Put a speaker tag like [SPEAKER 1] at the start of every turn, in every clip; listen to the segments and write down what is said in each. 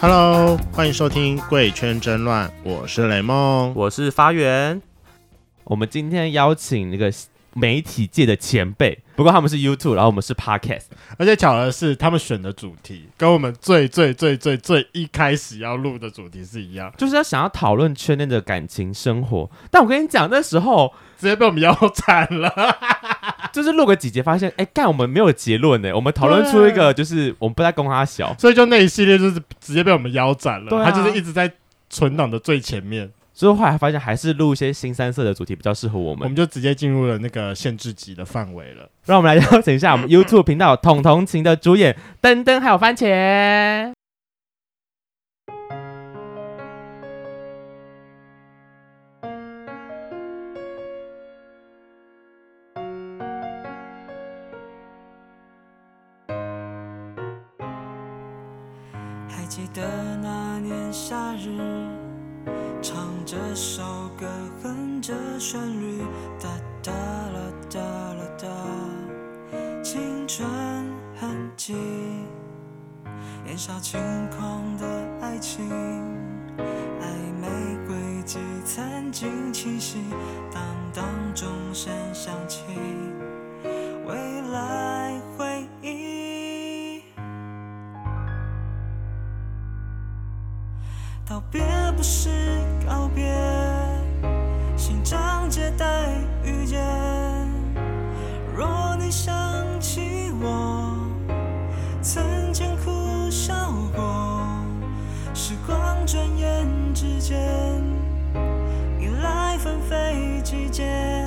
[SPEAKER 1] Hello，欢迎收听《贵圈争乱》，我是雷梦。
[SPEAKER 2] 我是发源。我们今天邀请那个媒体界的前辈，不过他们是 YouTube，然后我们是 Podcast。
[SPEAKER 1] 而且巧的是，他们选的主题跟我们最最最最最一开始要录的主题是一样，
[SPEAKER 2] 就是要想要讨论圈内的感情生活。但我跟你讲，那时候
[SPEAKER 1] 直接被我们腰斩了。
[SPEAKER 2] 就是录个几节，发现哎，干、我们没有结论呢、我们讨论出一个，就是我们不在供他小，
[SPEAKER 1] 所以就那一系列就是直接被我们腰斩了。
[SPEAKER 2] 对啊
[SPEAKER 1] 他就是一直在存档的最前面，
[SPEAKER 2] 所以后来发现还是录一些新三色的主题比较适合我
[SPEAKER 1] 我
[SPEAKER 2] 们
[SPEAKER 1] 们。就直接进入了那个限制级的范围了。
[SPEAKER 2] 让我们来邀请一下我们 YouTube 频道《彤彤情》的主演登登还有番茄。
[SPEAKER 3] 还记得那年夏日，唱这首歌，哼着旋律，哒哒啦哒啦哒，青春痕迹，燃烧轻狂的爱情，暧昧轨迹，曾经清晰，当当钟声响起，未来回忆。道别不是告别，新章节待遇见。若你想起我，曾经哭笑过，时光转眼之间，依赖纷飞季节，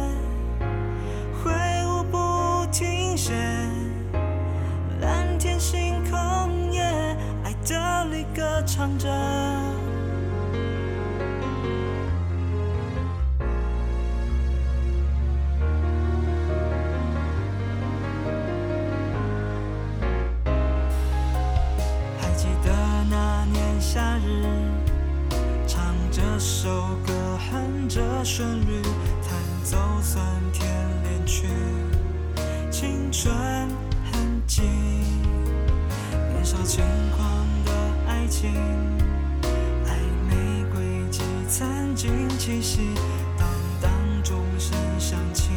[SPEAKER 3] 挥舞不停歇。蓝天星空夜，爱的离歌唱着。还记得那年夏日，唱这首歌，哼着旋律，弹奏酸甜恋曲，青春痕迹，年少轻狂的爱情，暧昧轨迹，曾经栖息，当当钟声响起，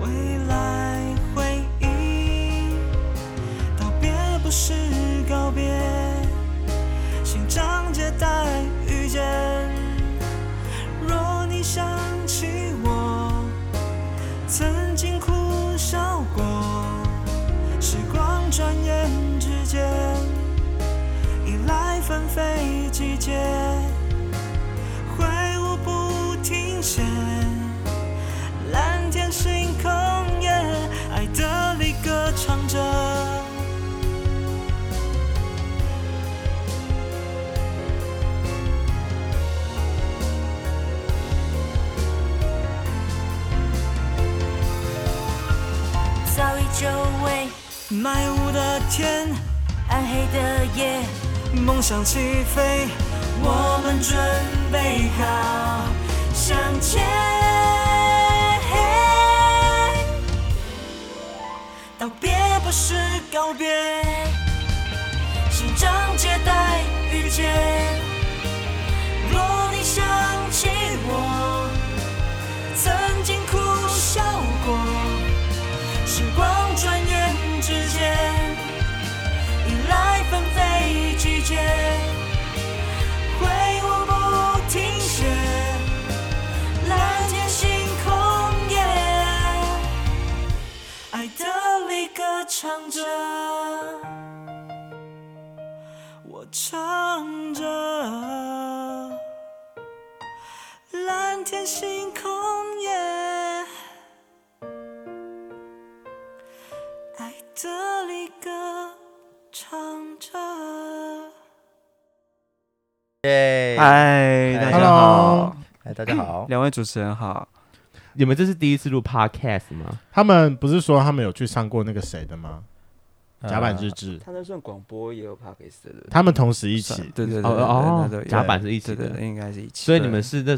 [SPEAKER 3] 未来回忆。道别不是告别，新章节待遇见。若你想起我，曾经哭笑过，时光转眼之间，依赖纷飞季节，挥舞不停歇。蓝天星空夜，爱的离歌唱着。
[SPEAKER 4] 早已久违，
[SPEAKER 3] 卖雾的天，
[SPEAKER 4] 暗黑的夜，
[SPEAKER 3] 梦想起飞，我们准备好向前。道别不是告别，新章节待遇见。若你想起我，曾经哭笑过，时光转眼之间。依赖纷飞季节，挥舞不停歇，蓝天星空夜，爱的离歌唱着，我唱着，蓝天星空夜，爱的离歌。唱着。
[SPEAKER 5] 耶！
[SPEAKER 3] 嗨，大家
[SPEAKER 1] Hello，
[SPEAKER 3] 好，
[SPEAKER 5] 哎，大家 好，
[SPEAKER 3] 两位主持人好。
[SPEAKER 2] 你们这是第一次录 Podcast 吗？
[SPEAKER 1] 他们不是说他们有去上过那个谁的吗？甲板日
[SPEAKER 5] 是
[SPEAKER 1] 志，
[SPEAKER 6] 他那算广播也有 p o d c a s 的，
[SPEAKER 1] 他们同时一起
[SPEAKER 3] 对对
[SPEAKER 2] 哦
[SPEAKER 3] 对
[SPEAKER 2] 哦
[SPEAKER 3] 对对对
[SPEAKER 2] 甲板是一起
[SPEAKER 3] 对对
[SPEAKER 2] 的
[SPEAKER 3] 对，应该是一起。
[SPEAKER 2] 所以你们是那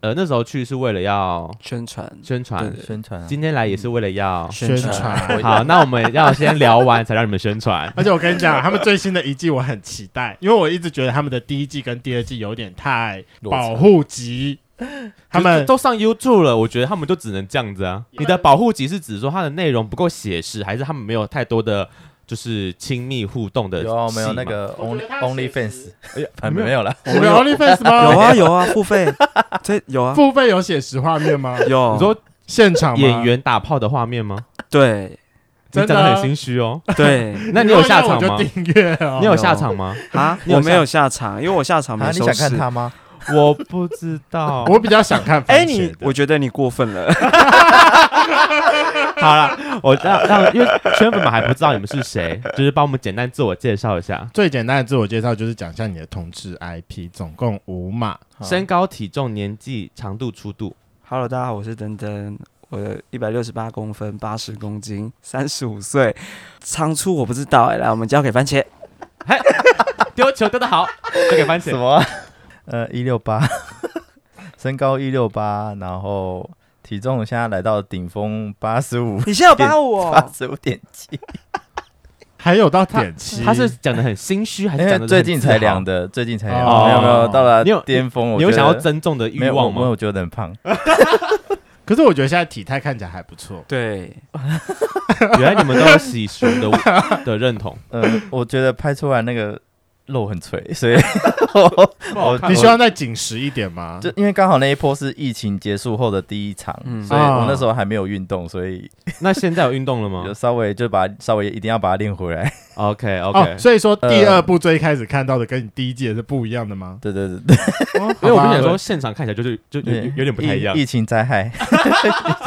[SPEAKER 2] 呃那时候去是为了要
[SPEAKER 6] 宣传，
[SPEAKER 2] 宣传
[SPEAKER 6] 对，
[SPEAKER 5] 宣传啊
[SPEAKER 2] 今天来也是为了要。
[SPEAKER 1] 宣
[SPEAKER 5] 宣
[SPEAKER 1] 传。。
[SPEAKER 2] 好，那我们要先聊完才让你们宣传
[SPEAKER 1] 而且我跟你讲，他们最新的一季我很期待，因为我一直觉得他们的第一季跟第二季有点太
[SPEAKER 5] 落差
[SPEAKER 1] 保护 级， 他
[SPEAKER 2] 就
[SPEAKER 1] 们
[SPEAKER 2] 都上 YouTube 了，我觉得他们就只能这样子啊。你的保护级是指说它的内容不够写实，还是他们没有太多的就是亲密互动的？
[SPEAKER 5] 有啊我们有那，个
[SPEAKER 1] 我觉
[SPEAKER 5] Only
[SPEAKER 1] 得他
[SPEAKER 5] Only
[SPEAKER 1] 确
[SPEAKER 5] Fans，
[SPEAKER 1] 实
[SPEAKER 5] 哎呀，反正没有了，
[SPEAKER 1] 我们 OnlyFans 吗？
[SPEAKER 6] 有啊有啊，付费，这有啊
[SPEAKER 1] 付费有写实画面吗？
[SPEAKER 6] 有，
[SPEAKER 2] 你说
[SPEAKER 1] 现场吗
[SPEAKER 2] 演员打炮的画面吗？
[SPEAKER 6] 对
[SPEAKER 1] 真
[SPEAKER 2] 你
[SPEAKER 1] 的
[SPEAKER 2] 讲
[SPEAKER 1] 啊
[SPEAKER 2] 的很心虚哦。
[SPEAKER 6] 对
[SPEAKER 2] 那你有 下场吗
[SPEAKER 1] 我就？订阅哦。
[SPEAKER 2] 你有下场吗？
[SPEAKER 6] 啊，
[SPEAKER 2] 你有
[SPEAKER 6] 我
[SPEAKER 2] 下
[SPEAKER 6] 没有下场，因为我下场
[SPEAKER 5] 啊，
[SPEAKER 6] 没
[SPEAKER 5] 你
[SPEAKER 6] 收
[SPEAKER 5] 想看
[SPEAKER 6] 视。
[SPEAKER 5] 他吗？
[SPEAKER 2] 我不知 道。
[SPEAKER 1] 我比较想看番
[SPEAKER 6] 哎，
[SPEAKER 1] 茄的。
[SPEAKER 6] 你我觉得你过分了，
[SPEAKER 2] 好了， 我让让，因为圈粉们还不知道你们是谁，就是帮我们简单自我介绍一下，
[SPEAKER 1] 最简单的自我介绍就是讲一下你的同志 IP，总共五码。
[SPEAKER 5] 好
[SPEAKER 2] 身高、体重、年纪、长度、粗度。
[SPEAKER 6] Hello，大家好，我是登登，我一百六十八公分，八十公斤，三十五岁，长处我不知道哎、来，我们交给番茄。
[SPEAKER 2] 丢球丢得好，丢给番
[SPEAKER 5] 什
[SPEAKER 2] 茄。
[SPEAKER 5] 么 啊？呃，一六八， 身高一六八，然后体重现在来到顶峰八十五，
[SPEAKER 6] 你现在有八五
[SPEAKER 5] 八
[SPEAKER 6] 哦，
[SPEAKER 5] 十五点七，
[SPEAKER 1] 还有到点七，
[SPEAKER 2] 他是讲的很心虚，还
[SPEAKER 5] 因
[SPEAKER 2] 是讲
[SPEAKER 5] 为
[SPEAKER 2] 的
[SPEAKER 5] 哎最近才量
[SPEAKER 2] 凉？
[SPEAKER 5] 的，最近才
[SPEAKER 1] 哦
[SPEAKER 5] 量，没有没有到
[SPEAKER 2] 你有
[SPEAKER 5] 了巅峰，我
[SPEAKER 2] 你有
[SPEAKER 5] 觉
[SPEAKER 2] 想要
[SPEAKER 5] 得
[SPEAKER 2] 增重的
[SPEAKER 5] 没
[SPEAKER 2] 欲
[SPEAKER 5] 有
[SPEAKER 2] 望
[SPEAKER 5] 我
[SPEAKER 2] 吗？
[SPEAKER 5] 我觉得很胖，
[SPEAKER 1] 可是我觉得现在体态看起来还不错。
[SPEAKER 6] 对，
[SPEAKER 2] 原来你们都有洗俗的的认 同，
[SPEAKER 5] 呃，我觉得拍出来那个肉很脆，所以 我我
[SPEAKER 2] 哦
[SPEAKER 1] 你希
[SPEAKER 5] 说
[SPEAKER 1] 望再紧实一点吗？
[SPEAKER 5] 就因为刚好那一波是疫情结束后的第一场，
[SPEAKER 6] 嗯
[SPEAKER 5] 所以我
[SPEAKER 1] 啊
[SPEAKER 5] 那时候还没有运动，所以
[SPEAKER 2] 那现在有运动了吗
[SPEAKER 5] 就稍微就把稍微一定要把它练 回来。
[SPEAKER 2] ？OK
[SPEAKER 1] 哦，
[SPEAKER 2] OK，
[SPEAKER 1] 所以说第
[SPEAKER 5] 呃
[SPEAKER 1] 二部最一开始看到的跟你第一季的是不一样的吗？
[SPEAKER 5] 对对对对，
[SPEAKER 2] 因为我
[SPEAKER 1] 好吧
[SPEAKER 2] 跟你说，现场看起来就是就有有有点不太一样
[SPEAKER 5] 疫。疫情灾害，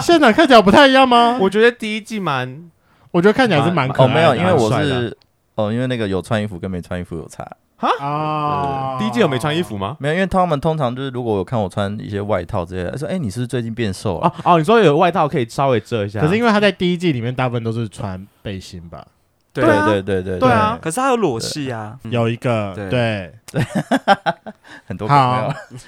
[SPEAKER 1] 现场看起来不太一样吗？
[SPEAKER 2] 我觉得第一季蛮
[SPEAKER 1] 我觉得看起来是蛮可爱
[SPEAKER 5] 哦
[SPEAKER 1] 的
[SPEAKER 5] 没有，因为我
[SPEAKER 1] 蛮帅的
[SPEAKER 5] 是哦，因为那个有穿衣服跟没穿衣服有差，
[SPEAKER 1] 啊，
[SPEAKER 2] 第一季有没穿衣服吗？
[SPEAKER 5] 没有，因为他们通常就是如果有看我穿一些外套之类的，他说哎、你是不是最近变瘦了？
[SPEAKER 2] 哦哦，你说有外套可以稍微遮一下，
[SPEAKER 1] 可是因为他在第一季里面大部分都是穿背心吧，
[SPEAKER 6] 对
[SPEAKER 5] 对对对对
[SPEAKER 2] 对啊
[SPEAKER 6] 可是他有裸戏啊，嗯
[SPEAKER 1] 有一个
[SPEAKER 6] 对
[SPEAKER 1] 对
[SPEAKER 5] 很多
[SPEAKER 1] 好
[SPEAKER 5] 朋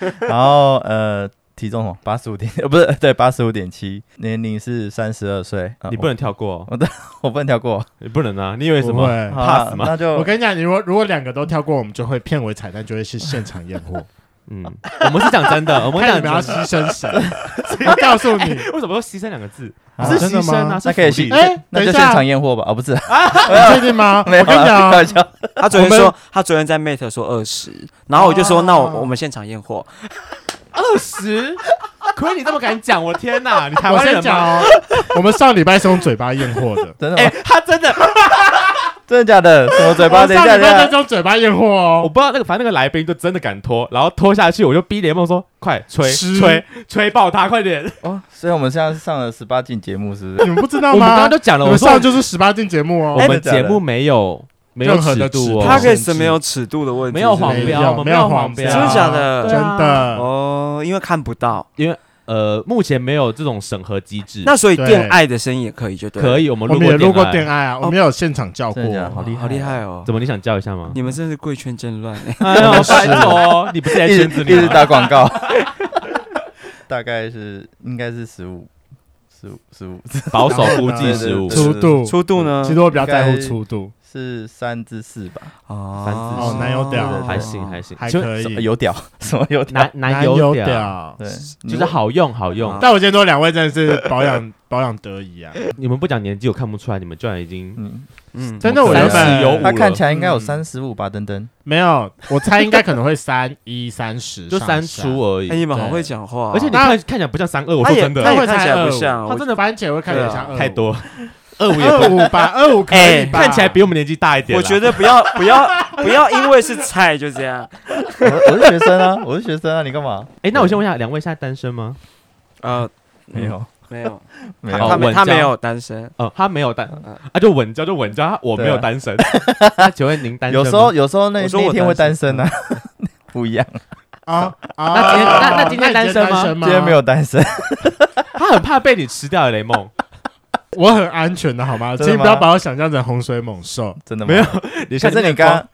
[SPEAKER 5] 友。然后呃，体重八十五点，呃不是对，八十五点七，年龄是三十二岁。啊
[SPEAKER 2] 你不能跳过哦，
[SPEAKER 5] 我，我不能跳过，
[SPEAKER 2] 你不能啊！你以为什
[SPEAKER 1] 不
[SPEAKER 2] 么？
[SPEAKER 1] 会。
[SPEAKER 5] 好
[SPEAKER 2] pass 吗
[SPEAKER 5] 那就
[SPEAKER 1] 我跟你讲，你如果如果两个都跳过，我们就会片尾彩蛋就会是现场验货，
[SPEAKER 2] 嗯，我们是讲真 的，我们
[SPEAKER 1] 看你
[SPEAKER 2] 讲
[SPEAKER 1] 们要
[SPEAKER 2] 真的。
[SPEAKER 1] 牺牲谁。我告诉你，
[SPEAKER 2] 为什么说牺牲两个字？不
[SPEAKER 5] 啊
[SPEAKER 2] 是
[SPEAKER 1] 真
[SPEAKER 2] 牺
[SPEAKER 1] 的
[SPEAKER 2] 牲啊，
[SPEAKER 1] 吗
[SPEAKER 2] 是
[SPEAKER 5] 那可以
[SPEAKER 2] 鼓励
[SPEAKER 5] 牺
[SPEAKER 1] 哎，
[SPEAKER 5] 那
[SPEAKER 1] 等
[SPEAKER 5] 就
[SPEAKER 1] 一
[SPEAKER 5] 现
[SPEAKER 1] 下，
[SPEAKER 5] 场
[SPEAKER 1] 你
[SPEAKER 5] 验货吧。啊，不
[SPEAKER 2] 哦
[SPEAKER 5] 是，
[SPEAKER 1] 确定吗？
[SPEAKER 5] 没有啊
[SPEAKER 1] 我跟你
[SPEAKER 5] 啦，
[SPEAKER 1] 讲哦
[SPEAKER 5] 开， 玩笑。，
[SPEAKER 6] 他昨天
[SPEAKER 1] 我们
[SPEAKER 6] 说他昨天在 Mate 说二十，然后我就说、
[SPEAKER 1] 啊
[SPEAKER 6] 那我我们现场验货，
[SPEAKER 2] 二十。 亏你这么敢讲，我天 哪！你台
[SPEAKER 1] 我
[SPEAKER 2] 湾
[SPEAKER 1] 先
[SPEAKER 2] 人
[SPEAKER 1] 讲
[SPEAKER 2] 吗？
[SPEAKER 1] 哦，我们上礼拜是用嘴巴验货的
[SPEAKER 5] 真的
[SPEAKER 2] 哎哦
[SPEAKER 5] 吗？，
[SPEAKER 2] 他真 的，
[SPEAKER 5] 真的假的？什么 嘴
[SPEAKER 1] 我
[SPEAKER 5] 巴？等
[SPEAKER 1] 们上
[SPEAKER 5] 一下，
[SPEAKER 1] 礼拜
[SPEAKER 5] 等
[SPEAKER 1] 是用嘴巴验货
[SPEAKER 2] 我
[SPEAKER 1] 哦。
[SPEAKER 2] 不知道那个，反正那个来宾就真的敢拖，然后拖下去，我就逼雷梦说：“快吹
[SPEAKER 1] 湿
[SPEAKER 2] 吹吹爆他，快点
[SPEAKER 5] 一下。哦，所以我们现在是上了十八禁节目，是 不
[SPEAKER 1] 你
[SPEAKER 5] 是？
[SPEAKER 1] 们不知！”道
[SPEAKER 2] 我们刚
[SPEAKER 1] 吗
[SPEAKER 2] 刚？就讲了，
[SPEAKER 1] 我
[SPEAKER 2] 我
[SPEAKER 1] 们
[SPEAKER 2] 说
[SPEAKER 1] 上就是十八禁节目
[SPEAKER 2] 我
[SPEAKER 1] 哦。
[SPEAKER 2] 们
[SPEAKER 5] 真的假的
[SPEAKER 2] 节目没有没有
[SPEAKER 1] 任何的
[SPEAKER 2] 度
[SPEAKER 1] 尺度
[SPEAKER 2] 哦
[SPEAKER 6] 他
[SPEAKER 1] 它，
[SPEAKER 6] 可以是没有尺度的问题，
[SPEAKER 2] 没有
[SPEAKER 6] 是不
[SPEAKER 2] 黄
[SPEAKER 6] 是
[SPEAKER 1] 没
[SPEAKER 2] 标，
[SPEAKER 1] 有
[SPEAKER 2] 我们
[SPEAKER 1] 没
[SPEAKER 2] 有
[SPEAKER 1] 有
[SPEAKER 2] 黄
[SPEAKER 1] 黄
[SPEAKER 2] 标，
[SPEAKER 1] 标
[SPEAKER 6] 真的假的
[SPEAKER 1] 真
[SPEAKER 2] 对啊
[SPEAKER 1] 的，
[SPEAKER 6] 哦，因为看不到。
[SPEAKER 2] 因为呃，目前没有这种审核机制。
[SPEAKER 6] 那所以
[SPEAKER 1] 对
[SPEAKER 6] 恋爱的声音也可以，就对了。
[SPEAKER 2] 可以，我们
[SPEAKER 1] 我们也录过
[SPEAKER 2] 电
[SPEAKER 1] 恋爱啊，我们也有现场叫过
[SPEAKER 5] 真。的假的？好厉害，
[SPEAKER 6] 好厉！害哦！
[SPEAKER 2] 怎么你想叫一 下吗？。
[SPEAKER 6] 你们真是贵圈真乱哎
[SPEAKER 2] 哎呦，拜
[SPEAKER 1] 哦
[SPEAKER 2] 托，你不 是在
[SPEAKER 5] 一
[SPEAKER 2] 圈
[SPEAKER 5] 直
[SPEAKER 2] 子里
[SPEAKER 5] 一
[SPEAKER 2] 啊
[SPEAKER 5] 直
[SPEAKER 2] 吗？
[SPEAKER 5] 打广告， 大概是应该是十五，十五十五
[SPEAKER 2] 保守估
[SPEAKER 1] 对
[SPEAKER 2] 计
[SPEAKER 1] 对
[SPEAKER 5] 对
[SPEAKER 2] 十五，
[SPEAKER 1] 粗度，
[SPEAKER 6] 出度呢
[SPEAKER 1] 其？实我比较在乎
[SPEAKER 5] 应该
[SPEAKER 1] 粗度，
[SPEAKER 5] 是三至四吧？
[SPEAKER 2] 三
[SPEAKER 6] 哦
[SPEAKER 2] 字
[SPEAKER 1] 哦男友屌
[SPEAKER 2] 还行还行，
[SPEAKER 1] 还
[SPEAKER 2] 就
[SPEAKER 1] 可
[SPEAKER 5] 什么
[SPEAKER 1] 以。
[SPEAKER 5] 有屌， 什么有屌？
[SPEAKER 2] 男
[SPEAKER 1] 男
[SPEAKER 2] 男友屌，
[SPEAKER 1] 屌，
[SPEAKER 5] 对，
[SPEAKER 2] 就是好用好用
[SPEAKER 6] 啊。
[SPEAKER 1] 但我今天说两位真的是保 养保养得宜啊。
[SPEAKER 2] 你们不讲年纪，我看不出来，你们居然已经
[SPEAKER 5] 嗯，
[SPEAKER 6] 嗯，
[SPEAKER 1] 真的，我原
[SPEAKER 2] 三十有
[SPEAKER 1] 本
[SPEAKER 2] 五
[SPEAKER 5] 他看
[SPEAKER 2] 了
[SPEAKER 5] 起，来应该有
[SPEAKER 6] 嗯
[SPEAKER 5] 三十五吧？等等，
[SPEAKER 1] 没有，我猜应该可能会三一三十，
[SPEAKER 2] 就三出而
[SPEAKER 6] 哎，
[SPEAKER 2] 已。
[SPEAKER 6] 你们好
[SPEAKER 1] 对
[SPEAKER 6] 会讲话哦，
[SPEAKER 2] 而且你
[SPEAKER 1] 那
[SPEAKER 2] 看看起来不像三二，我
[SPEAKER 6] 他
[SPEAKER 2] 说
[SPEAKER 6] 也
[SPEAKER 2] 真
[SPEAKER 6] 他
[SPEAKER 2] 的
[SPEAKER 6] 也
[SPEAKER 1] 会
[SPEAKER 6] 看起
[SPEAKER 1] 猜
[SPEAKER 6] 来
[SPEAKER 1] 二
[SPEAKER 6] 不
[SPEAKER 1] 五
[SPEAKER 6] 像我
[SPEAKER 1] 他真的番茄会看起来像二五
[SPEAKER 2] 太，多，二五也哎
[SPEAKER 1] 二五吧，二五可以吧？
[SPEAKER 2] 看起来比我们年纪大一点啦。
[SPEAKER 6] 我觉得不要不要不要，因为是菜就这样。
[SPEAKER 5] 我我是学生啊，我是学生啊，你干嘛？
[SPEAKER 2] 哎，那我先问一下，两位现在单身吗？
[SPEAKER 6] 呃，
[SPEAKER 5] 没有
[SPEAKER 6] 没有，
[SPEAKER 5] 没
[SPEAKER 2] 好
[SPEAKER 5] 有，
[SPEAKER 6] 他没
[SPEAKER 2] 稳
[SPEAKER 6] 他没
[SPEAKER 2] 交
[SPEAKER 6] 有单身，
[SPEAKER 2] 哦，他没有单
[SPEAKER 6] 嗯，
[SPEAKER 2] 啊，就稳交就稳交，他我没有
[SPEAKER 5] 对啊
[SPEAKER 2] 单身。那请问您单身吗？
[SPEAKER 5] 有时候有时候那
[SPEAKER 6] 我说我
[SPEAKER 5] 那天会单
[SPEAKER 6] 单
[SPEAKER 5] 身
[SPEAKER 6] 身
[SPEAKER 5] 啊， 不一样，
[SPEAKER 1] 啊啊！
[SPEAKER 2] 那今天那那今天
[SPEAKER 1] 那你
[SPEAKER 2] 单身吗
[SPEAKER 5] 今天没，有单身，
[SPEAKER 2] 他很怕被你吃掉，雷梦。
[SPEAKER 1] 我很安全的好吗？
[SPEAKER 5] 真的
[SPEAKER 1] 请不
[SPEAKER 5] 吗
[SPEAKER 1] 要把我想象成洪水猛兽。
[SPEAKER 5] 真的吗
[SPEAKER 2] 没有，你
[SPEAKER 5] 可
[SPEAKER 2] 看
[SPEAKER 5] 是
[SPEAKER 2] 那
[SPEAKER 5] 你
[SPEAKER 2] 个光
[SPEAKER 5] 刚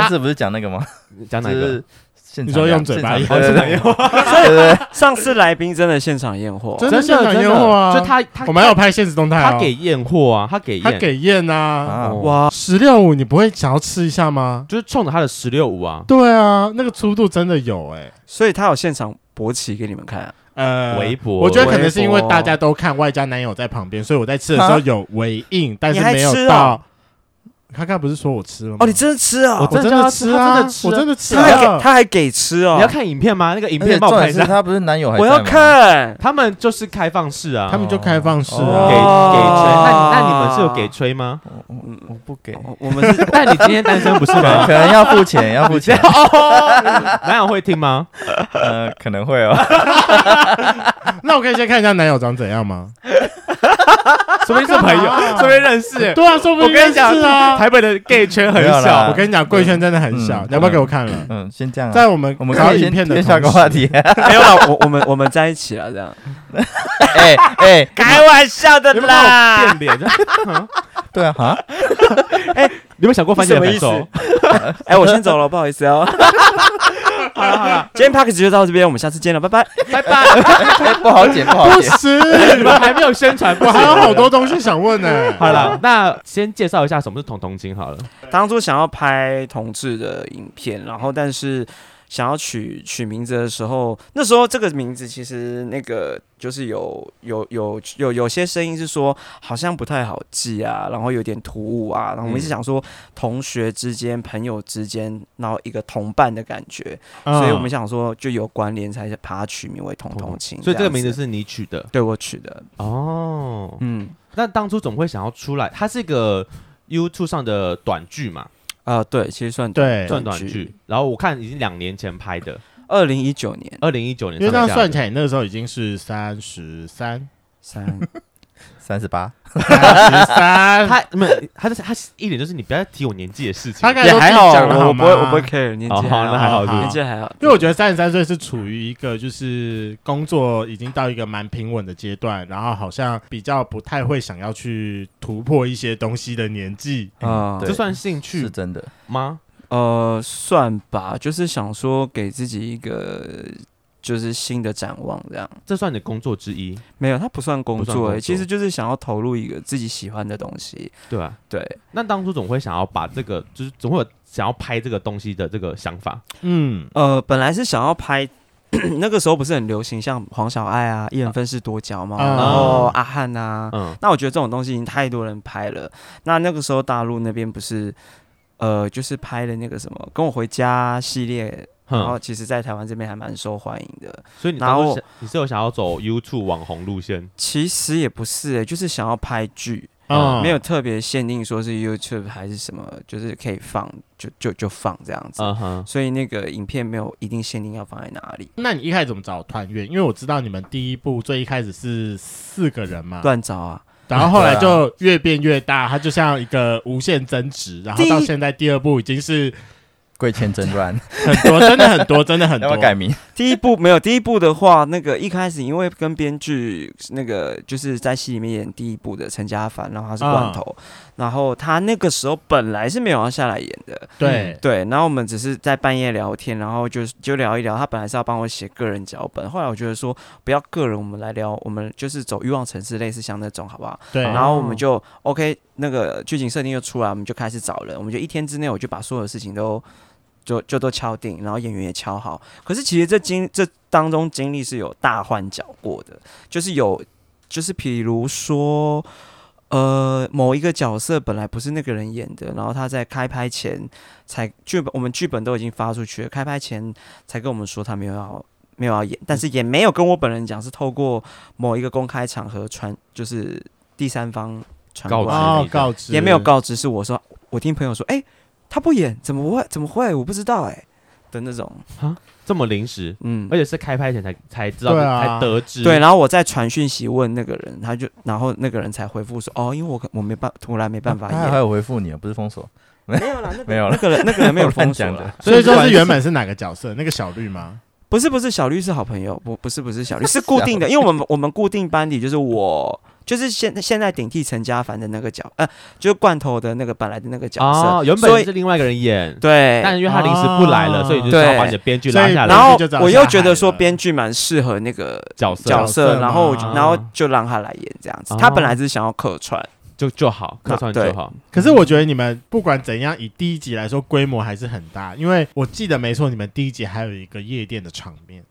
[SPEAKER 5] 上次不是讲那个吗？
[SPEAKER 2] 讲
[SPEAKER 5] 就
[SPEAKER 2] 哪个？
[SPEAKER 5] 是现
[SPEAKER 1] 你
[SPEAKER 5] 场
[SPEAKER 1] 说
[SPEAKER 5] 两
[SPEAKER 1] 用嘴巴
[SPEAKER 5] 现
[SPEAKER 1] 演
[SPEAKER 5] 场对对对
[SPEAKER 6] 所以上次来宾真的现场验货，
[SPEAKER 1] 真的
[SPEAKER 2] 真
[SPEAKER 1] 现
[SPEAKER 2] 的
[SPEAKER 1] 场
[SPEAKER 2] 真
[SPEAKER 1] 验
[SPEAKER 2] 的
[SPEAKER 1] 货啊！
[SPEAKER 2] 就他他
[SPEAKER 1] 我们还有拍现实动态、哦，
[SPEAKER 2] 他给验货哎啊，他给
[SPEAKER 1] 他
[SPEAKER 2] 验，
[SPEAKER 1] 给验啊！
[SPEAKER 5] 啊，
[SPEAKER 6] 哇，
[SPEAKER 1] 十六五你不会想要吃一下吗？
[SPEAKER 2] 就是冲着他的十六五啊，
[SPEAKER 1] 对啊，那个粗度真的有哎、
[SPEAKER 6] 所以他有现场勃起给你们看啊，
[SPEAKER 1] 呃，
[SPEAKER 2] 围脖
[SPEAKER 1] 我觉得可能是因为
[SPEAKER 6] 围脖
[SPEAKER 1] 大家都看，外加男友在旁边，所以我在吃的时候
[SPEAKER 5] 啊
[SPEAKER 1] 有回应，但是
[SPEAKER 6] 你还
[SPEAKER 1] 没有
[SPEAKER 6] 吃
[SPEAKER 1] 到。
[SPEAKER 6] 哦
[SPEAKER 1] 他刚才不是说我吃了吗？
[SPEAKER 6] 哦，你真的吃
[SPEAKER 1] 我
[SPEAKER 6] 哦，
[SPEAKER 1] 真
[SPEAKER 2] 我真的
[SPEAKER 1] 吃
[SPEAKER 2] 吃他
[SPEAKER 1] 啊，
[SPEAKER 2] 真的吃
[SPEAKER 1] 我真的吃
[SPEAKER 6] 他还
[SPEAKER 1] 啊
[SPEAKER 6] 给。他还给吃哦
[SPEAKER 2] 你要，看影片吗？那个影
[SPEAKER 5] 而且
[SPEAKER 2] 片帮
[SPEAKER 5] 重
[SPEAKER 2] 我看
[SPEAKER 5] 点
[SPEAKER 2] 一
[SPEAKER 5] 是
[SPEAKER 2] 下。
[SPEAKER 5] 他不是男友还
[SPEAKER 6] 我
[SPEAKER 5] 在
[SPEAKER 6] 要
[SPEAKER 5] 吗，
[SPEAKER 6] 看，
[SPEAKER 2] 他们就是开放式啊，
[SPEAKER 1] 他们就开放式
[SPEAKER 5] 哦
[SPEAKER 2] 给给吹，
[SPEAKER 1] 啊，
[SPEAKER 6] 哦
[SPEAKER 2] 那那你们是有给吹吗？
[SPEAKER 5] 我我我不给，
[SPEAKER 6] 我我们是
[SPEAKER 2] 但你今天单身不是
[SPEAKER 5] 可能
[SPEAKER 2] 吗？
[SPEAKER 5] 可能要付钱，要付钱，
[SPEAKER 2] 男友会听吗？
[SPEAKER 5] 呃，可能会哦。
[SPEAKER 1] 那我可以先看一下男友长怎样吗？
[SPEAKER 2] 说不定是朋友，说不定认识。
[SPEAKER 1] 对啊，说不
[SPEAKER 2] 我
[SPEAKER 1] 定
[SPEAKER 2] 跟你讲
[SPEAKER 1] 是，啊。
[SPEAKER 2] 台北的 gay 圈很
[SPEAKER 5] 没有
[SPEAKER 2] 小
[SPEAKER 5] 啦，
[SPEAKER 1] 我跟你讲，贵圈真的很小，
[SPEAKER 5] 嗯
[SPEAKER 1] 你要不要给我看了？
[SPEAKER 5] 嗯，先这样啊。
[SPEAKER 1] 在我们
[SPEAKER 5] 我们
[SPEAKER 1] 找
[SPEAKER 5] 可以
[SPEAKER 1] 影
[SPEAKER 5] 先
[SPEAKER 1] 片的
[SPEAKER 5] 先下个话题。
[SPEAKER 6] 没有了，我我们我们在一起了，这样
[SPEAKER 5] 哎哎，
[SPEAKER 6] 开玩笑的
[SPEAKER 2] 有没有那种变脸？
[SPEAKER 5] 对啊，哈，
[SPEAKER 2] 你有没有想过番茄的感受？
[SPEAKER 6] 哎，我先走了，不好意思哦。好了好了，今天 p a c k 就到这边，我们下次见了，拜拜。
[SPEAKER 2] 拜拜！
[SPEAKER 5] 哎不好剪，不好
[SPEAKER 1] 不
[SPEAKER 5] 剪。
[SPEAKER 2] 你
[SPEAKER 1] 是，
[SPEAKER 2] 们还没有宣传，不
[SPEAKER 1] 我还有
[SPEAKER 2] 行
[SPEAKER 1] 好多东西想问呢。
[SPEAKER 2] 好了，那先介绍一下什么是童童经好了。
[SPEAKER 6] 当初想要拍同志的影片，然后但是想要取取名字的时候，那时候这个名字其实那个就是有有有有有些声音是说好像不太好记啊，然后有点突兀啊，然后我们一直想说同学之间、朋友之间，然后一个同伴的感觉，
[SPEAKER 1] 嗯
[SPEAKER 6] 所以我们想说就有关联才把它取名为同同情，
[SPEAKER 2] 所以这个名字
[SPEAKER 6] 样子
[SPEAKER 2] 是你取的
[SPEAKER 6] 对我取的，
[SPEAKER 2] 哦。
[SPEAKER 6] 嗯
[SPEAKER 2] 那当初怎么会想要出来？它是一个 YouTube 上的短剧嘛，
[SPEAKER 6] 啊、对，其实算
[SPEAKER 1] 对
[SPEAKER 2] 算短剧。然后我看已经两年前拍的，
[SPEAKER 6] 二零一九年
[SPEAKER 2] 二零一九年
[SPEAKER 1] 因为
[SPEAKER 2] 上
[SPEAKER 1] 这
[SPEAKER 2] 架的。
[SPEAKER 1] 样算起来，你那个时候已经是三十三、
[SPEAKER 6] 三
[SPEAKER 5] 三十八，
[SPEAKER 1] 三十三，
[SPEAKER 2] 他没有，他就是他一脸就是你不要提我年纪的事情。
[SPEAKER 1] 他刚才
[SPEAKER 6] 也
[SPEAKER 1] 都自
[SPEAKER 6] 还
[SPEAKER 1] 己
[SPEAKER 6] 好，
[SPEAKER 1] 讲了
[SPEAKER 6] 我我不会，我
[SPEAKER 1] 吗
[SPEAKER 6] 不会 care 年纪
[SPEAKER 2] 哦，
[SPEAKER 6] 还
[SPEAKER 2] 好，
[SPEAKER 6] 好，
[SPEAKER 2] 那还好是不
[SPEAKER 6] 年
[SPEAKER 2] 是。
[SPEAKER 6] 纪还好，
[SPEAKER 1] 因为我觉得三十三岁是处于一个就是工作已经到一个蛮平稳的阶段，然后好像比较不太会想要去突破一些东西的年纪。
[SPEAKER 6] 啊、
[SPEAKER 5] 对
[SPEAKER 2] 这算兴
[SPEAKER 5] 是
[SPEAKER 2] 趣
[SPEAKER 5] 真的。
[SPEAKER 2] 吗？
[SPEAKER 6] 呃，算吧，就是想说给自己一个就是新的展望，这样
[SPEAKER 2] 这算你的工作之一，
[SPEAKER 6] 没有，它不算工
[SPEAKER 2] 不算
[SPEAKER 6] 作、
[SPEAKER 2] 工
[SPEAKER 6] 欸，其
[SPEAKER 2] 作
[SPEAKER 6] 实就是想要投入一个自己喜欢的东西，
[SPEAKER 2] 对吧、
[SPEAKER 6] 对，
[SPEAKER 2] 那当初总会想要把这个，就是总会有想要拍这个东西的这个想法。
[SPEAKER 1] 嗯，
[SPEAKER 6] 呃，本来是想要拍。 那个时候不是很流行，像黄小爱啊、一人分饰多角嘛，
[SPEAKER 1] 啊
[SPEAKER 6] 然后阿汉啊，
[SPEAKER 2] 嗯，
[SPEAKER 6] 那我觉得这种东西已经太多人拍了。那那个时候大陆那边不是，呃，就是拍的那个什么《跟我回家》系列，然后
[SPEAKER 2] 哼，
[SPEAKER 6] 其实在台湾这边还蛮受欢迎的。
[SPEAKER 2] 所以你
[SPEAKER 6] 然
[SPEAKER 2] 当初
[SPEAKER 6] 后
[SPEAKER 2] 想你是有想要走 YouTube 网红路线，
[SPEAKER 6] 其实也不是、欸，就是想要拍剧，
[SPEAKER 1] 啊
[SPEAKER 6] 没有特别限定说是 YouTube 还是什么，就是可以放就就就放这样子。
[SPEAKER 2] 嗯哼，
[SPEAKER 6] 所以那个影片没有一定限定要放在哪里，
[SPEAKER 1] 那你一开始怎么找团员？因为我知道你们第一部最一开始是四个人嘛，
[SPEAKER 6] 乱找啊。
[SPEAKER 1] 然后后来就越变越大，它就像一个无限增值，然后到
[SPEAKER 6] 第一
[SPEAKER 1] 现在第二部已经是
[SPEAKER 5] 贵圈真乱，
[SPEAKER 1] 很多，真的很多，真的很
[SPEAKER 5] 要
[SPEAKER 1] 多
[SPEAKER 5] 不。要改名？
[SPEAKER 6] 第一部没有，第一部的话，那个一开始因为跟编剧那个就是在戏里面演第一部的陈家凡，然后他是罐头，然后他那个时候本来是没有要下来演的，
[SPEAKER 1] 对，
[SPEAKER 6] 对，然后我们只是在半夜聊天，然后就就聊一聊，他本来是要帮我写个人脚本，后来我觉得说不要个人，我们来聊，我们就是走欲望城市类似像那种好不好？
[SPEAKER 1] 对，
[SPEAKER 6] 然后我们就 OK，那个剧情设定又出来，我们就开始找人，我们就一天之内我就把所有的事情都就就都敲定，然后演员也敲好。可是其实这经这当中经历是有大换角过的，就是有就是比如说。呃，某一个角色本来不是那个人演的，然后他在开拍前才剧本，我们剧本都已经发出去了，开拍前才跟我们说他没有要没有要演，但是也没有跟我本人讲，是透过某一个公开场合传，就是第三方传
[SPEAKER 2] 告
[SPEAKER 6] 过
[SPEAKER 2] 知你
[SPEAKER 6] 来的
[SPEAKER 1] 哦，告知
[SPEAKER 6] 也没有告知，是我说，我听朋友说，哎、他不演，怎么会？怎么会？我不知道、哎的那种，
[SPEAKER 2] 这么临时，
[SPEAKER 6] 嗯
[SPEAKER 2] 而，且是开拍前才才知道，
[SPEAKER 1] 对啊
[SPEAKER 2] 才得知。
[SPEAKER 6] 对。，然后我再传讯息问那个人，他就，然后那个人才回复说，哦，因为我可我没办，突然没办法
[SPEAKER 5] 他还
[SPEAKER 6] 演，
[SPEAKER 5] 有回复你，啊不是封锁，
[SPEAKER 6] 没有啦，那
[SPEAKER 5] 没有
[SPEAKER 6] 那
[SPEAKER 5] 了。
[SPEAKER 6] 个人那个人没有
[SPEAKER 5] 我
[SPEAKER 6] 封
[SPEAKER 5] 乱
[SPEAKER 6] 锁
[SPEAKER 5] 讲
[SPEAKER 6] 啦
[SPEAKER 5] 的，
[SPEAKER 1] 所以说是原本是哪个角色？那个小绿吗？
[SPEAKER 6] 不是不是，小绿是好朋友，不不是不是小绿，是固定的，因为我们我们固定班底就是我。就是现现在顶替陈家凡的那个角，呃，就是罐头的那个本来的那个角色，
[SPEAKER 2] 哦，原
[SPEAKER 6] 所
[SPEAKER 2] 本
[SPEAKER 6] 以
[SPEAKER 2] 是另外一个人演，
[SPEAKER 6] 对，
[SPEAKER 2] 但因为他临时不来了，
[SPEAKER 1] 哦
[SPEAKER 2] 所以就是要把你的编剧拉下来。
[SPEAKER 1] 对
[SPEAKER 6] 然后
[SPEAKER 1] 就这样
[SPEAKER 6] 我
[SPEAKER 1] 下
[SPEAKER 6] 又
[SPEAKER 1] 海
[SPEAKER 6] 觉得说
[SPEAKER 1] 了
[SPEAKER 6] 编剧蛮适合那个
[SPEAKER 2] 角色
[SPEAKER 6] 角
[SPEAKER 1] 色
[SPEAKER 6] 色，然后我就
[SPEAKER 2] 嘛
[SPEAKER 6] 然后就让他来演这样子。他本来
[SPEAKER 2] 哦
[SPEAKER 6] 只是想要客串，
[SPEAKER 2] 就就好，客
[SPEAKER 6] 那
[SPEAKER 2] 串
[SPEAKER 6] 对
[SPEAKER 2] 就好。
[SPEAKER 1] 可是我觉得你们不管怎样，以第一集来说，规模还是很大，因为我记得没错，你们第一集还有一个夜店的场面，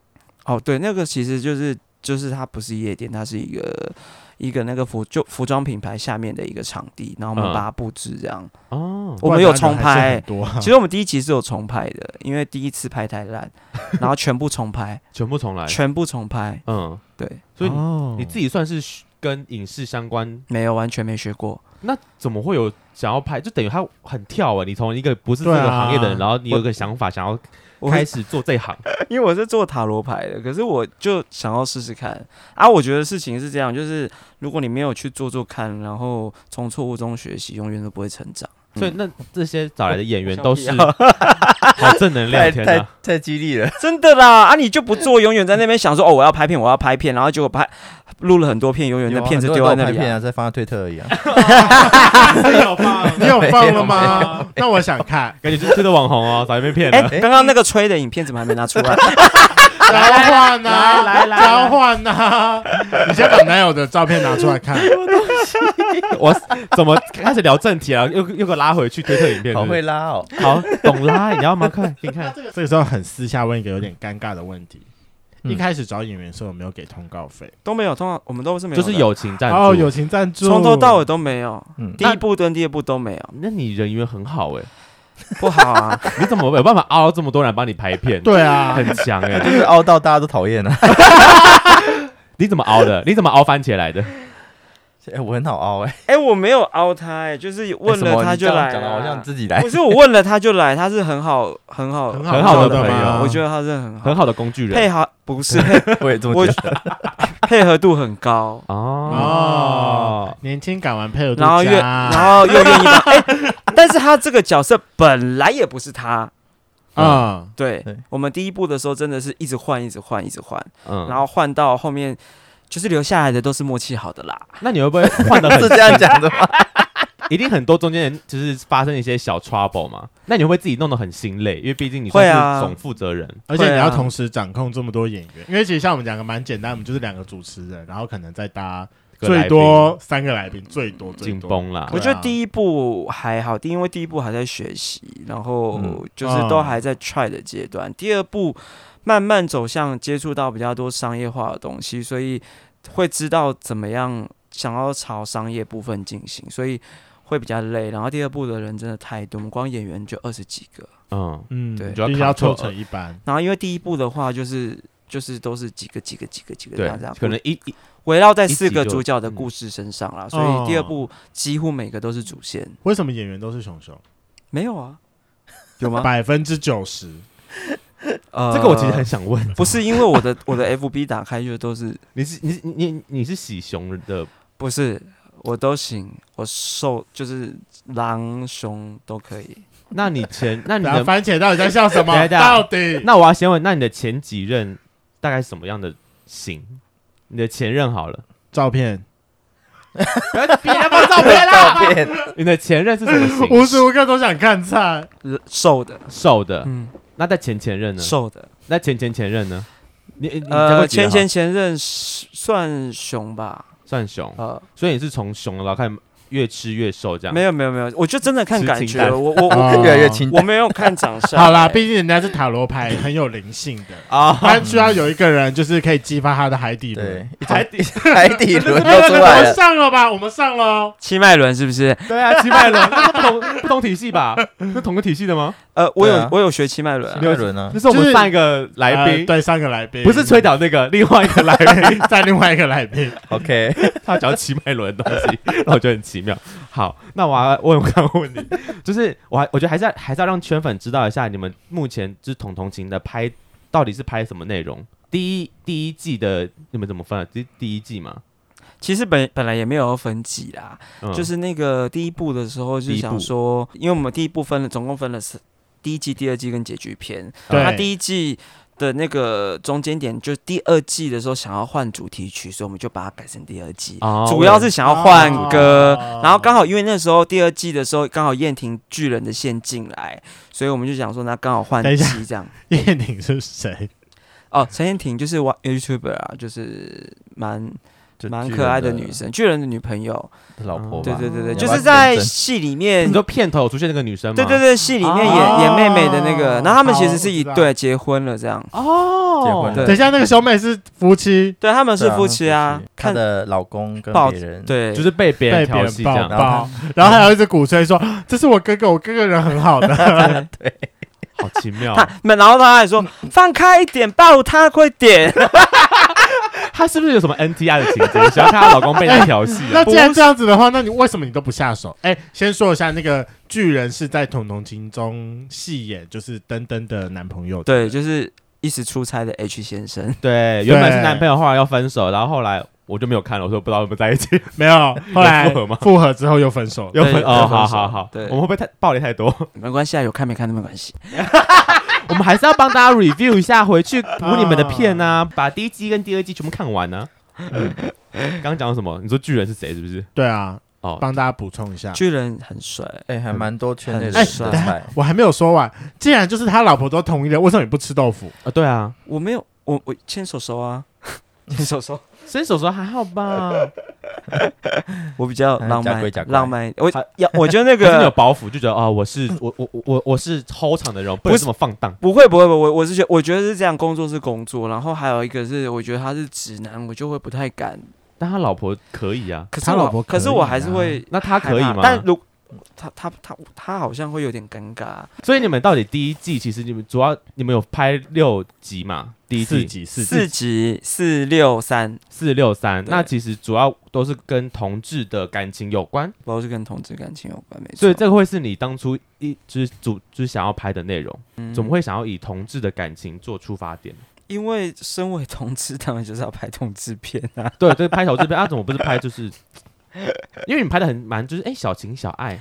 [SPEAKER 6] 哦，对，那个其实就是就是它不是夜店，它是一个一个那个服就服装品牌下面的一个场地，然后我
[SPEAKER 2] 嗯
[SPEAKER 6] 们把它布置这样。
[SPEAKER 2] 哦，
[SPEAKER 6] 我们有
[SPEAKER 1] 不
[SPEAKER 6] 重
[SPEAKER 1] 然他人还是
[SPEAKER 6] 拍
[SPEAKER 1] 很，多啊，
[SPEAKER 6] 其实我们第一集是有重拍的，因为第一次拍太烂，然后全部 重拍，
[SPEAKER 2] 全部重来。
[SPEAKER 5] 哎
[SPEAKER 6] 全部重拍，
[SPEAKER 2] 嗯，
[SPEAKER 6] 对，
[SPEAKER 2] 所以你
[SPEAKER 1] 哦
[SPEAKER 2] 你自己算是学跟影视相关，
[SPEAKER 6] 没有完全没学过。
[SPEAKER 2] 那怎么会有想要拍？就等于他很跳啊！你从一个不是这
[SPEAKER 1] 对
[SPEAKER 2] 个
[SPEAKER 1] 啊
[SPEAKER 2] 行业的人，然后你有个想法，想要
[SPEAKER 6] 我
[SPEAKER 2] 开始做这行。
[SPEAKER 6] 因为我是做塔罗牌的，可是我就想要试试看啊。我觉得事情是这样，就是如果你没有去做做看，然后从错误中学习，永远都不会成长。
[SPEAKER 2] 所以那这些找来的演员
[SPEAKER 6] 我
[SPEAKER 2] 都是好正能量，
[SPEAKER 5] 太
[SPEAKER 2] 天
[SPEAKER 5] 太
[SPEAKER 2] 哪！
[SPEAKER 5] 太激励了，
[SPEAKER 6] 真的啦啊！你就不做，永远在那边想说哦，我要拍片，我要拍片，然后结果拍录了很多片，永远那
[SPEAKER 5] 有啊
[SPEAKER 6] 片子
[SPEAKER 5] 很
[SPEAKER 6] 丢
[SPEAKER 5] 多
[SPEAKER 6] 在
[SPEAKER 5] 人都
[SPEAKER 6] 那
[SPEAKER 5] 有
[SPEAKER 6] 里
[SPEAKER 5] 拍片啊，
[SPEAKER 6] 啊、
[SPEAKER 5] 再放在推特而已啊。
[SPEAKER 2] 有吧？
[SPEAKER 1] 你有放了 吗？那我想看，
[SPEAKER 2] 感觉就是这个网红哦，早就被骗了。
[SPEAKER 5] 啊
[SPEAKER 6] 刚刚那个吹的影片怎么还没 拿出来？
[SPEAKER 1] 交换呐，来来，交换呐！你先把男友的照片拿出来看，
[SPEAKER 2] 我怎么开始聊正题啊？又又给我拉回去推特影片，
[SPEAKER 5] 好
[SPEAKER 2] 是不
[SPEAKER 5] 会
[SPEAKER 2] 是
[SPEAKER 5] 拉 哦，
[SPEAKER 2] 好懂拉， 你要吗？快给你看，
[SPEAKER 1] 这个时候很私下问一个有点尴尬的问题。
[SPEAKER 5] 嗯
[SPEAKER 1] 一开始找演员的时候有没有给通告费？
[SPEAKER 6] 都没有，通常我们都是没有
[SPEAKER 2] 就
[SPEAKER 6] 的，
[SPEAKER 2] 是友情赞助。
[SPEAKER 1] 哦，友情赞助，
[SPEAKER 6] 从头到尾都没有，
[SPEAKER 5] 嗯
[SPEAKER 6] 第一步跟第二步都没有，
[SPEAKER 2] 那你人缘很好哎、
[SPEAKER 6] 不好啊！
[SPEAKER 2] 你怎么有办法凹这么多人帮你拍片？，
[SPEAKER 1] 对啊，
[SPEAKER 2] 很强哎、
[SPEAKER 5] 就是凹到大家都讨厌啊了。
[SPEAKER 2] 你怎么凹的？你怎么凹番茄来的？
[SPEAKER 5] 哎，我很好凹哎，
[SPEAKER 6] 哎、我没有凹他、哎，就是问
[SPEAKER 5] 哎什
[SPEAKER 6] 了
[SPEAKER 5] 么
[SPEAKER 6] 他
[SPEAKER 5] 你
[SPEAKER 6] 就
[SPEAKER 5] 这样
[SPEAKER 6] 来
[SPEAKER 5] 讲
[SPEAKER 6] 了
[SPEAKER 5] 的
[SPEAKER 6] 啊、
[SPEAKER 5] 好像自己来
[SPEAKER 6] 不。是我问了他就来，他是很好很 好
[SPEAKER 1] 很
[SPEAKER 2] 很好
[SPEAKER 1] 好
[SPEAKER 2] 的
[SPEAKER 1] 朋
[SPEAKER 2] 朋友
[SPEAKER 1] 友，
[SPEAKER 6] 我觉得他真的很好，
[SPEAKER 2] 很好的工具
[SPEAKER 6] 配
[SPEAKER 2] 人
[SPEAKER 6] 合不是配
[SPEAKER 5] 我也这么
[SPEAKER 6] 我
[SPEAKER 5] 觉得。
[SPEAKER 6] 配合度很 高，
[SPEAKER 1] 哦
[SPEAKER 2] 哦，
[SPEAKER 1] 年轻敢玩配合度
[SPEAKER 6] 然后愿
[SPEAKER 1] 佳，
[SPEAKER 6] 然后又愿意 帮，哎、但是他这个角色本来也不是他。
[SPEAKER 1] 嗯，
[SPEAKER 6] 对
[SPEAKER 5] 对
[SPEAKER 6] 我们第一部的时候，真的是一直换，一直换，一直换，
[SPEAKER 2] 嗯，
[SPEAKER 6] 然后换到后面，就是留下来的都是默契好的啦。
[SPEAKER 2] 那你会不会换的
[SPEAKER 5] 是
[SPEAKER 2] 很？
[SPEAKER 5] 这样讲的 吗？
[SPEAKER 2] 一定很多中间人就是发生一些小 trouble 嘛？那你会不会自己弄得很心累？因为毕竟你算
[SPEAKER 6] 会啊
[SPEAKER 2] 是总负责人，
[SPEAKER 1] 而且
[SPEAKER 6] 对
[SPEAKER 1] 你
[SPEAKER 6] 啊
[SPEAKER 1] 要同时掌控这么多演员，因为其实像我们两个蛮简单，我们就是两个主持人，然后可能再搭
[SPEAKER 2] 各来
[SPEAKER 1] 最
[SPEAKER 2] 宾
[SPEAKER 1] 多三个来宾，最多最
[SPEAKER 2] 紧
[SPEAKER 1] 多。
[SPEAKER 2] 绷啦
[SPEAKER 1] 对啊。
[SPEAKER 6] 我觉得第一部还好，第因为第一部还在学习，然后哦
[SPEAKER 5] 嗯
[SPEAKER 6] 就是都还在 try 的阶段。第二部慢慢走向接触到比较多商业化的东西，所以会知道怎么样想要朝商业部分进行，所以会比较累。然后第二部的人真的太多，我们光演员就二十几个。
[SPEAKER 2] 嗯，
[SPEAKER 1] 嗯，
[SPEAKER 6] 对
[SPEAKER 1] 必须要凑成一班。
[SPEAKER 6] 然后因为第一部的话就是。就是都是几个几个几个几个这
[SPEAKER 2] 对
[SPEAKER 6] 样啊这样，，
[SPEAKER 2] 可能一一
[SPEAKER 6] 围绕在
[SPEAKER 2] 一
[SPEAKER 6] 四
[SPEAKER 2] 集
[SPEAKER 6] 个
[SPEAKER 2] 就
[SPEAKER 6] 主角的
[SPEAKER 2] 嗯
[SPEAKER 6] 故事身上啦，所以第二
[SPEAKER 1] 哦
[SPEAKER 6] 部几乎每个都是主线，
[SPEAKER 1] 为什么演员都是熊熊？
[SPEAKER 6] 没有啊，有吗？
[SPEAKER 1] 百分之九十，
[SPEAKER 6] 呃，
[SPEAKER 2] 这个我其实很想问，
[SPEAKER 6] 不是因为 我的我的 FB 打开就都是
[SPEAKER 2] 你是你是你你你是喜熊的
[SPEAKER 6] 不是我都行，我瘦就是狼熊都可以。
[SPEAKER 2] 那你前，嗯那你
[SPEAKER 1] 然后
[SPEAKER 2] 的，
[SPEAKER 1] 番茄到底在笑什么？
[SPEAKER 2] 等一下
[SPEAKER 1] 到底
[SPEAKER 2] 那我要先问，那你的前几任大概是什么样的型？你的前任好了，
[SPEAKER 1] 照片
[SPEAKER 2] 别放照片啦！
[SPEAKER 5] 照片
[SPEAKER 2] 你的前任是什么型？
[SPEAKER 1] 无时无刻都想看菜，
[SPEAKER 6] 呃瘦的，
[SPEAKER 2] 瘦的。
[SPEAKER 6] 嗯，
[SPEAKER 2] 那在前前任呢？
[SPEAKER 6] 瘦的，
[SPEAKER 2] 那前前前任呢？你嗯你你谈过
[SPEAKER 6] 呃，
[SPEAKER 2] 几个
[SPEAKER 6] 前
[SPEAKER 2] 哈
[SPEAKER 6] 前前任是算熊吧，
[SPEAKER 2] 算熊，
[SPEAKER 6] 呃，
[SPEAKER 2] 所以你是从熊然后看越吃越瘦这样。
[SPEAKER 6] 没有没有没有，我就真的看
[SPEAKER 2] 吃
[SPEAKER 6] 感
[SPEAKER 2] 清
[SPEAKER 6] 觉，
[SPEAKER 2] 淡
[SPEAKER 6] 我 我我
[SPEAKER 1] 哦
[SPEAKER 5] 越来越清
[SPEAKER 6] 我
[SPEAKER 5] 淡。
[SPEAKER 6] 没有看长相欸。
[SPEAKER 1] 好啦，毕竟人家是塔罗牌，很有灵性的，
[SPEAKER 2] 啊，
[SPEAKER 1] 他需要有一个人就是可以激发他的海底轮。
[SPEAKER 5] 对，一种 海底轮都出
[SPEAKER 1] 我
[SPEAKER 5] 来
[SPEAKER 1] 们
[SPEAKER 5] 了。
[SPEAKER 1] 哎上了吧？我们上了哦，
[SPEAKER 6] 七脉轮是不是？
[SPEAKER 2] 对啊，七脉轮，那是不同不同体系吧？是同个体系的吗？
[SPEAKER 6] 呃，我有、
[SPEAKER 5] 对啊
[SPEAKER 6] 我有学七脉轮、啊
[SPEAKER 5] 海，底轮啊，
[SPEAKER 2] 那是我
[SPEAKER 1] 就
[SPEAKER 2] 们
[SPEAKER 1] 是
[SPEAKER 2] 上一个来
[SPEAKER 1] 呃
[SPEAKER 2] 宾，
[SPEAKER 1] 对，上个来宾
[SPEAKER 2] 不是吹倒那个另外一个来宾，
[SPEAKER 1] 在另外一个来 宾，
[SPEAKER 5] OK，
[SPEAKER 2] 他讲到七脉轮的东西，然后我觉得很奇妙。好，那我要问我刚刚问你， 就是我还我觉得还是要还是要让圈粉知道一下，你们目前就是同同情的拍到底是拍什么内容？第一第一季的你们怎么分啊？第第一季嘛，
[SPEAKER 6] 其实本本来也没有要分级啦，
[SPEAKER 2] 嗯、
[SPEAKER 6] 就是那个第一部的时候，就
[SPEAKER 2] 第
[SPEAKER 6] 是
[SPEAKER 2] 一
[SPEAKER 6] 想
[SPEAKER 2] 部
[SPEAKER 6] 说，因为我们第一部分了，总共分了是第一季、第二季跟结局篇。
[SPEAKER 1] 对
[SPEAKER 6] 那第一季的那个中间点，就是第二季的时候想要换主题曲，所以我们就把它改成第二季。
[SPEAKER 2] 哦
[SPEAKER 6] 主要是想要换歌，
[SPEAKER 1] 哦
[SPEAKER 6] 然后刚好因为那时候第二季的时候刚好燕婷巨人的线进来，所以我们就想说那刚好换
[SPEAKER 1] 等一下
[SPEAKER 6] 季这样。
[SPEAKER 1] 叶宁是谁？
[SPEAKER 6] 哦，陈燕婷就是玩 YouTuber 啊，就是蛮
[SPEAKER 5] 就
[SPEAKER 6] 蛮
[SPEAKER 5] 巨
[SPEAKER 6] 可
[SPEAKER 5] 人
[SPEAKER 6] 爱的女生，巨人的女朋友。
[SPEAKER 5] 老婆吧，
[SPEAKER 6] 对对对
[SPEAKER 5] 你
[SPEAKER 6] 对，
[SPEAKER 5] 要
[SPEAKER 6] 就
[SPEAKER 5] 不要
[SPEAKER 6] 是在
[SPEAKER 5] 更正
[SPEAKER 6] 戏里面
[SPEAKER 2] 你说片头有出现那个女生吗？
[SPEAKER 6] 对对对，戏里面演、
[SPEAKER 1] 哦
[SPEAKER 6] 演妹妹的那个，然后他们其
[SPEAKER 1] 好
[SPEAKER 6] 实是一
[SPEAKER 1] 我知道
[SPEAKER 6] 对结婚了这样，
[SPEAKER 5] 结婚
[SPEAKER 2] 哦，
[SPEAKER 5] 了啊
[SPEAKER 1] 等一下，那个兄妹是夫妻，
[SPEAKER 6] 对他们
[SPEAKER 5] 对
[SPEAKER 6] 是
[SPEAKER 5] 啊
[SPEAKER 6] 夫妻啊，
[SPEAKER 5] 她
[SPEAKER 6] 看
[SPEAKER 5] 的老公跟
[SPEAKER 6] 报
[SPEAKER 5] 别人，
[SPEAKER 6] 对，
[SPEAKER 2] 就是被别人
[SPEAKER 1] 被别
[SPEAKER 2] 调
[SPEAKER 1] 人
[SPEAKER 2] 戏这
[SPEAKER 1] 抱
[SPEAKER 2] 样，
[SPEAKER 1] 抱，然后还有一直鼓吹说这是我哥哥，我哥哥人很好的。
[SPEAKER 2] 好奇妙。
[SPEAKER 6] 他，然后他还说放开一点，抱他快点，
[SPEAKER 2] 她是不是有什么 NTR 的情
[SPEAKER 6] 哎
[SPEAKER 2] 节？想要看她老公被她调戏啊
[SPEAKER 1] 那？既然这样子的话，那你为什么你都不下手？哎，先说一下，那个巨人是在《童童情》中戏演就是登登的男朋友，
[SPEAKER 6] 对，就是一时出差的 H 先 生，
[SPEAKER 2] 对，原本是男朋友，后来要分手，然后后来我就没有看了，我说不知道有没有在一起，
[SPEAKER 1] 没有。后来
[SPEAKER 2] 有复合吗
[SPEAKER 1] 复合之后又分手了。
[SPEAKER 2] 有分
[SPEAKER 6] 对
[SPEAKER 2] 哦，
[SPEAKER 6] 有分手
[SPEAKER 2] 好好好，
[SPEAKER 6] 对
[SPEAKER 2] 我们会不会太暴力太多？
[SPEAKER 6] 没关系啊，有看没看都没关系，
[SPEAKER 2] 我们还是要帮大家 review 一下，回去补你们的片啊，把第一季跟第二季全部看完呢。刚刚讲到什么？你说巨人是谁？是不是？
[SPEAKER 1] 对啊，
[SPEAKER 2] 哦，
[SPEAKER 1] 帮大家补充一下。
[SPEAKER 6] 巨人很帅，
[SPEAKER 5] 哎，还蛮多圈内
[SPEAKER 6] 很
[SPEAKER 5] 人
[SPEAKER 6] 帅
[SPEAKER 5] 的
[SPEAKER 1] 等一下
[SPEAKER 5] 菜，
[SPEAKER 1] 我还没有说完。既然就是他老婆都同意了，为什么你不吃豆腐？
[SPEAKER 2] 啊，对啊，
[SPEAKER 6] 我没有，我我牵手手啊， 牵手手，
[SPEAKER 2] 伸手说还好吧，
[SPEAKER 6] 我比较浪
[SPEAKER 5] 假
[SPEAKER 6] 漫
[SPEAKER 5] 鬼假怪
[SPEAKER 6] 浪漫一点，我
[SPEAKER 2] 还
[SPEAKER 6] 要我觉得那
[SPEAKER 2] 可是你有
[SPEAKER 6] 个。
[SPEAKER 2] 包袱，就觉得啊，我是我我我我我是齁场的人，不能这么放荡。
[SPEAKER 6] 不会不会不会，我我是觉我觉得是这样，工作是工作，然后还有一个是我觉得他是直男，我就会不太敢
[SPEAKER 2] 但他老婆可以啊，
[SPEAKER 6] 可是
[SPEAKER 1] 他
[SPEAKER 6] 我，
[SPEAKER 1] 老婆可
[SPEAKER 6] 可是我
[SPEAKER 1] 以
[SPEAKER 6] 还是
[SPEAKER 1] 啊
[SPEAKER 6] 会
[SPEAKER 2] 那他可以
[SPEAKER 6] 害怕
[SPEAKER 2] 吗？
[SPEAKER 6] 但如他他他他好像会有点尴尬，
[SPEAKER 2] 所以你们到底第一季其实你们主要你们有拍六集嘛？第一季
[SPEAKER 1] 四集四
[SPEAKER 6] 四级四六三，
[SPEAKER 2] 四六三，
[SPEAKER 6] 对
[SPEAKER 2] 那其实主要都是跟同志的感情有关，
[SPEAKER 6] 不过是跟同志感情有关，没错。
[SPEAKER 2] 所以这个会是你当初一就是主就是想要拍的内容，
[SPEAKER 6] 嗯
[SPEAKER 2] 怎么会想要以同志的感情做出发 点？
[SPEAKER 6] 因为身为同志， 当然就是要拍同志片啊。
[SPEAKER 2] 对对，拍小这边啊，怎么不是拍就是，因为你拍的很蛮就是哎、小情小爱，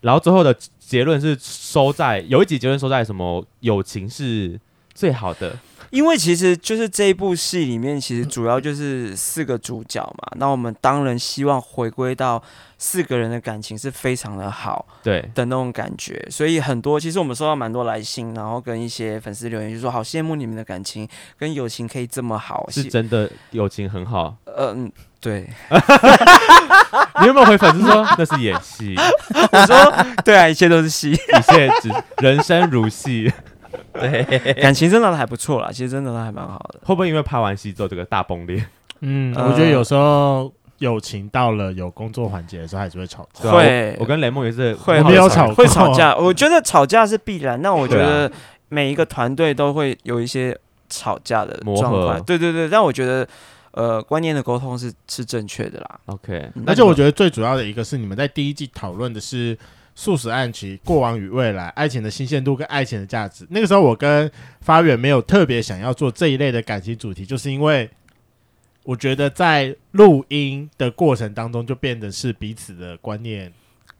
[SPEAKER 2] 然后最后的结论是收在有一集结论收在什么友情是最好的，
[SPEAKER 6] 因为其实就是这一部戏里面，其实主要就是四个主角嘛。那我们当然希望回归到四个人的感情是非常的好，
[SPEAKER 2] 对，
[SPEAKER 6] 的那种感觉，所以很多其实我们收到蛮多来信，然后跟一些粉丝留言，就说好羡慕你们的感情跟友情可以这么好，
[SPEAKER 2] 是
[SPEAKER 6] 希
[SPEAKER 2] 真的友情很好。
[SPEAKER 6] 呃嗯、对，
[SPEAKER 2] 你有没有回粉丝说那是演戏，
[SPEAKER 6] 我说对啊，一切都是戏，
[SPEAKER 2] 一切只人生如戏？
[SPEAKER 6] 感情真的还不错啦，其实真的还蛮好的，
[SPEAKER 2] 会不会因为拍完戏之后这个大崩裂？
[SPEAKER 1] 嗯，
[SPEAKER 6] 呃
[SPEAKER 1] 我觉得有时候友情到了有工作环节的时候，还是会吵架。
[SPEAKER 2] 对啊
[SPEAKER 6] 会
[SPEAKER 2] 我我跟雷梦也是
[SPEAKER 6] 会
[SPEAKER 1] 我
[SPEAKER 6] 会
[SPEAKER 1] 们有
[SPEAKER 6] 吵
[SPEAKER 1] 吵
[SPEAKER 6] 会
[SPEAKER 1] 过
[SPEAKER 6] 吵架，我觉得吵架是必然，那我觉
[SPEAKER 2] 哦对啊
[SPEAKER 6] 得每一个团队都会有一些吵架的
[SPEAKER 2] 磨
[SPEAKER 6] 状
[SPEAKER 2] 合
[SPEAKER 6] 况，对对对，但我觉得呃观念的沟通是是正确的啦，
[SPEAKER 2] OK，
[SPEAKER 6] 嗯
[SPEAKER 1] 而且我觉得最主要的一个是，你们在第一季讨论的是素食案情、过往与未来、爱情的新鲜度跟爱情的价值。那个时候，我跟发源没有特别想要做这一类的感情主题，就是因为我觉得在录音的过程当中，就变得是彼此的观念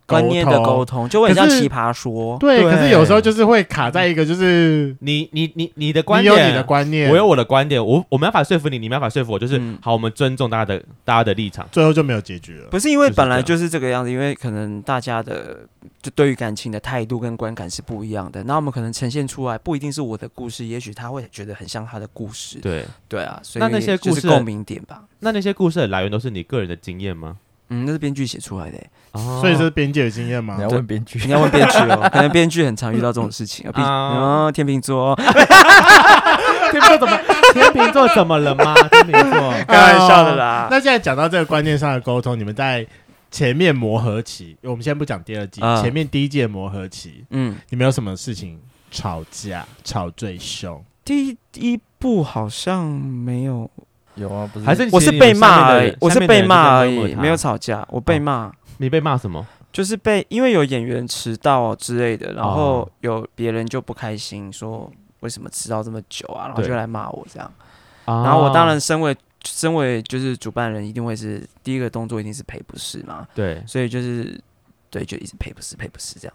[SPEAKER 6] 观念的沟
[SPEAKER 1] 沟通。
[SPEAKER 6] 通就会很像
[SPEAKER 1] 可是
[SPEAKER 6] 奇葩说，
[SPEAKER 1] 对，
[SPEAKER 5] 对
[SPEAKER 1] 可是有时候就是会卡在一个，就是
[SPEAKER 2] 你你你你的观
[SPEAKER 1] 你
[SPEAKER 2] 点，
[SPEAKER 1] 有你的观念，
[SPEAKER 2] 我有我的观点，我我没办法说服你，你没办法说服我，就是、
[SPEAKER 6] 嗯
[SPEAKER 2] 好，我们尊重大家的大家的立场。
[SPEAKER 1] 最后就没有结局了。
[SPEAKER 6] 不是因为
[SPEAKER 2] 就是
[SPEAKER 6] 本
[SPEAKER 2] 这
[SPEAKER 6] 来就是这个样子，因为可能大家的就对于感情的态度跟观感是不一样的。那我们可能呈现出来不一定是我的故事，也许他会觉得很像他的故事。
[SPEAKER 2] 对，
[SPEAKER 6] 对啊，所以
[SPEAKER 2] 那那些故
[SPEAKER 6] 就
[SPEAKER 2] 事
[SPEAKER 6] 是共鸣点吧。
[SPEAKER 2] 那那些故事的来源都是你个人的经验吗？
[SPEAKER 6] 嗯，那是编剧写出来的欸、
[SPEAKER 2] 哦
[SPEAKER 1] 所以这是边界的经验吗
[SPEAKER 6] 哦
[SPEAKER 5] 你要？问编剧
[SPEAKER 6] 你，要问编剧 哦，可能编剧很常遇到这种事情啊。毕
[SPEAKER 2] 啊
[SPEAKER 6] 啊，天秤座，
[SPEAKER 2] 天秤座怎么天秤座怎么 了吗？天秤座
[SPEAKER 1] 嗯
[SPEAKER 6] 开玩笑的啦。
[SPEAKER 1] 那现在讲到这个观念上的沟通，你们在前面磨合期，我们先不讲第二季，
[SPEAKER 6] 啊
[SPEAKER 1] 前面第一季的磨合期，
[SPEAKER 6] 嗯，
[SPEAKER 1] 你们有什么事情吵架吵最凶？
[SPEAKER 6] 第一第一部好像没有，
[SPEAKER 5] 有啊，不是
[SPEAKER 2] 还是
[SPEAKER 6] 我
[SPEAKER 2] 其实
[SPEAKER 6] 是
[SPEAKER 2] 你们
[SPEAKER 6] 被骂
[SPEAKER 2] 下面的
[SPEAKER 6] 而已
[SPEAKER 2] 人，
[SPEAKER 6] 我是
[SPEAKER 2] 下面的
[SPEAKER 6] 被
[SPEAKER 2] 人
[SPEAKER 6] 骂而
[SPEAKER 2] 就在
[SPEAKER 6] 已，
[SPEAKER 2] 摸他哦
[SPEAKER 6] 没有吵架，我被骂。
[SPEAKER 2] 你被骂什么？
[SPEAKER 6] 就是被因为有演员迟到之类的，然后
[SPEAKER 2] 哦
[SPEAKER 6] 有别人就不开心，说为什么迟到这么久啊，然后
[SPEAKER 2] 对
[SPEAKER 6] 就来骂我这样。
[SPEAKER 2] 然
[SPEAKER 6] 然
[SPEAKER 2] 哦
[SPEAKER 6] 后我当然身为身为就是主办人，一定会是第一个动作一定是赔不是嘛，
[SPEAKER 2] 对
[SPEAKER 6] 所以就是对，就一直赔不是赔不是这样，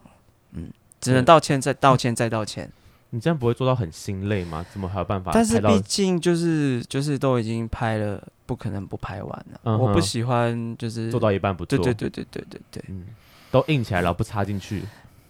[SPEAKER 6] 嗯，只能道歉再道歉再道歉。
[SPEAKER 2] 你这样不会做到很心累吗？怎么还有办法
[SPEAKER 6] 但是
[SPEAKER 2] 拍到
[SPEAKER 6] 毕竟就是就是都已经拍了，不可能不拍完了。
[SPEAKER 2] 嗯哼
[SPEAKER 6] 我不喜欢就是
[SPEAKER 2] 做到一半不做？
[SPEAKER 6] 对对对对对对对
[SPEAKER 2] 嗯，都硬起来了，不插进去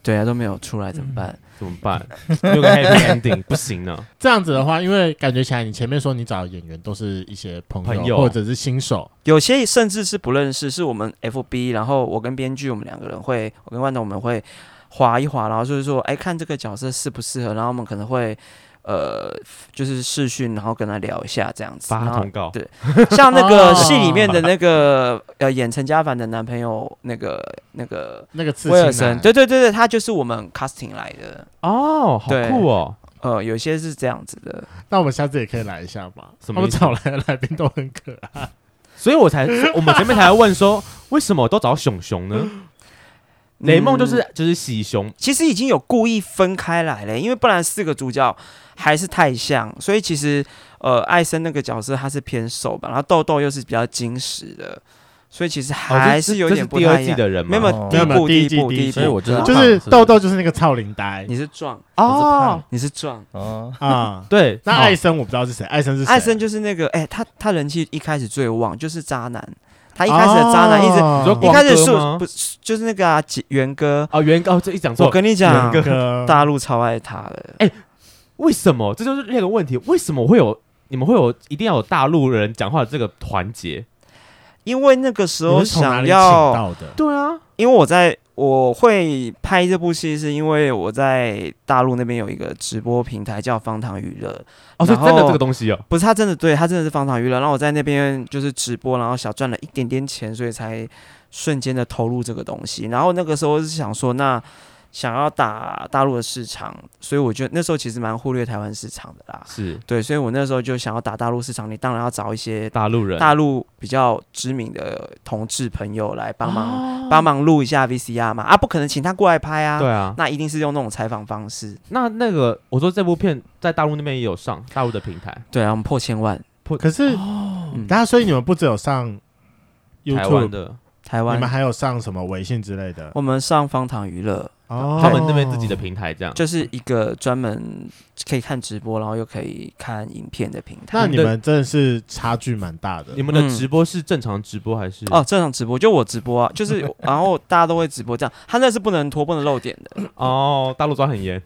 [SPEAKER 6] 对啊，都没有出来怎么办？
[SPEAKER 2] 怎么办？ 有个 happy ending 不行呢？
[SPEAKER 1] 这样子的话，因为感觉起来你前面说你找的演员都是一些朋友
[SPEAKER 2] 朋友
[SPEAKER 1] 或者是新手，
[SPEAKER 6] 有些甚至是不认识，是我们 FB，然后我跟编剧我们两个人会，我跟万东我们会划一划，然后就是说，哎，看这个角色适不适合，然后我们可能会。呃，就是视讯，然后跟他聊一下这样子。
[SPEAKER 2] 发
[SPEAKER 6] 然后
[SPEAKER 2] 通告
[SPEAKER 6] 对像那个
[SPEAKER 1] 哦
[SPEAKER 6] 戏里面的那个、呃，演陈家凡的男朋友，那个那个
[SPEAKER 1] 那个刺
[SPEAKER 6] 威尔
[SPEAKER 1] 青男
[SPEAKER 6] 森，对对对对，他就是我们 casting 来的。
[SPEAKER 2] 哦，好
[SPEAKER 6] 对
[SPEAKER 2] 酷哦！
[SPEAKER 6] 呃，有些是这样子的，
[SPEAKER 1] 那我们下次也可以来一下嘛。
[SPEAKER 2] 什
[SPEAKER 1] 他
[SPEAKER 2] 么
[SPEAKER 1] 们
[SPEAKER 2] 意思
[SPEAKER 1] 找来的来宾都很可 爱，
[SPEAKER 2] 所以我才我们前面才问说，为什么我都找熊熊呢？雷梦就
[SPEAKER 6] 嗯
[SPEAKER 2] 是就是喜熊，哦
[SPEAKER 6] 其实已经有故意分开来了，因为不然四个主角还是太像，所以其实呃，艾森那个角色他是偏瘦吧，然后豆豆又是比较矜持的，所以其实
[SPEAKER 2] 哦这
[SPEAKER 6] 还是有
[SPEAKER 2] 这
[SPEAKER 6] 点不
[SPEAKER 2] 第二
[SPEAKER 6] 太一
[SPEAKER 2] 季
[SPEAKER 6] 样。
[SPEAKER 2] 的人
[SPEAKER 6] 没
[SPEAKER 2] 吗？
[SPEAKER 6] 有
[SPEAKER 5] 哦
[SPEAKER 6] 第一
[SPEAKER 1] 没有
[SPEAKER 6] 部
[SPEAKER 1] 第一季
[SPEAKER 6] 一部
[SPEAKER 1] 第一
[SPEAKER 6] 第
[SPEAKER 1] 季
[SPEAKER 6] 一部，
[SPEAKER 5] 所以我知道
[SPEAKER 1] 就
[SPEAKER 5] 胖
[SPEAKER 1] 是
[SPEAKER 5] 是
[SPEAKER 1] 豆豆就是那个超龄呆
[SPEAKER 6] 你是壮，
[SPEAKER 2] 哦，
[SPEAKER 6] 你是壮，
[SPEAKER 5] 哦，
[SPEAKER 1] 啊。
[SPEAKER 2] 对，
[SPEAKER 1] 那
[SPEAKER 2] 哦
[SPEAKER 1] 艾森我不知道是谁，艾森是谁
[SPEAKER 6] 艾森就是那个哎、他他人气一开始最旺，就是渣男，他一开始的渣
[SPEAKER 1] 哦
[SPEAKER 6] 男一直、
[SPEAKER 2] 哦你说
[SPEAKER 1] 直
[SPEAKER 6] 一开始
[SPEAKER 2] 光
[SPEAKER 6] 是
[SPEAKER 2] 哥吗
[SPEAKER 6] 不是就是那个啊吉元哥，
[SPEAKER 2] 哦，原哦，这一讲错
[SPEAKER 6] 我，跟你讲，
[SPEAKER 1] 哥
[SPEAKER 6] 大陆超爱他的，
[SPEAKER 2] 为什么？这就是那个问题，为什么会有你们会有一定要有大陆人讲话的这个环节？
[SPEAKER 6] 因为那个时
[SPEAKER 1] 你
[SPEAKER 6] 候
[SPEAKER 1] 是从哪
[SPEAKER 6] 想
[SPEAKER 1] 里
[SPEAKER 6] 要
[SPEAKER 1] 请。到的，
[SPEAKER 2] 对啊，
[SPEAKER 6] 因为我在我会拍这部戏，是因为我在大陆那边有一个直播平台叫方糖娱乐，
[SPEAKER 2] 哦，所以
[SPEAKER 6] 然后
[SPEAKER 2] 真的这个东西哦，
[SPEAKER 6] 不是他真的对他真的是方糖娱乐，然后我在那边就是直播，然后小赚了一点点钱，所以才瞬间的投入这个东西。然后那个时候是想说，那想要打大陆的市场，所以我觉得那时候其实蛮忽略台湾市场的啦。
[SPEAKER 2] 是
[SPEAKER 6] 对，所以我那时候就想要打大陆市场，你当然要找一些
[SPEAKER 2] 大陆人，
[SPEAKER 6] 大陆比较知名的同志朋友来帮忙帮忙录一下 VCR 嘛，啊，不可能请他过来拍啊，
[SPEAKER 2] 对啊。
[SPEAKER 6] 那一定是用那种采访方式。
[SPEAKER 2] 那那个我说这部片在大陆那边也有上大陆的平台，
[SPEAKER 6] 对啊，我们破千万，
[SPEAKER 1] 可是
[SPEAKER 6] 嗯，
[SPEAKER 1] 那所以你们不只有上
[SPEAKER 2] 台湾
[SPEAKER 1] YouTube，
[SPEAKER 2] 的
[SPEAKER 6] 台
[SPEAKER 1] 你
[SPEAKER 6] 湾哦
[SPEAKER 1] 们，还有上什么微信之类的？
[SPEAKER 6] 我们上方糖娱乐
[SPEAKER 1] 哦，
[SPEAKER 2] 他们那边自己的平台这样。
[SPEAKER 6] 就是一个专门可以看直播，然后又可以看影片的平台。
[SPEAKER 1] 那你们真的是差距蛮大的
[SPEAKER 2] 你。们的
[SPEAKER 6] 嗯
[SPEAKER 2] 直播是正常直播还是？
[SPEAKER 6] 哦，正常直播就我直播啊，就是 然后大家都会直播这样，他那是不能拖不能露点的，
[SPEAKER 2] 哦，大陆抓很严。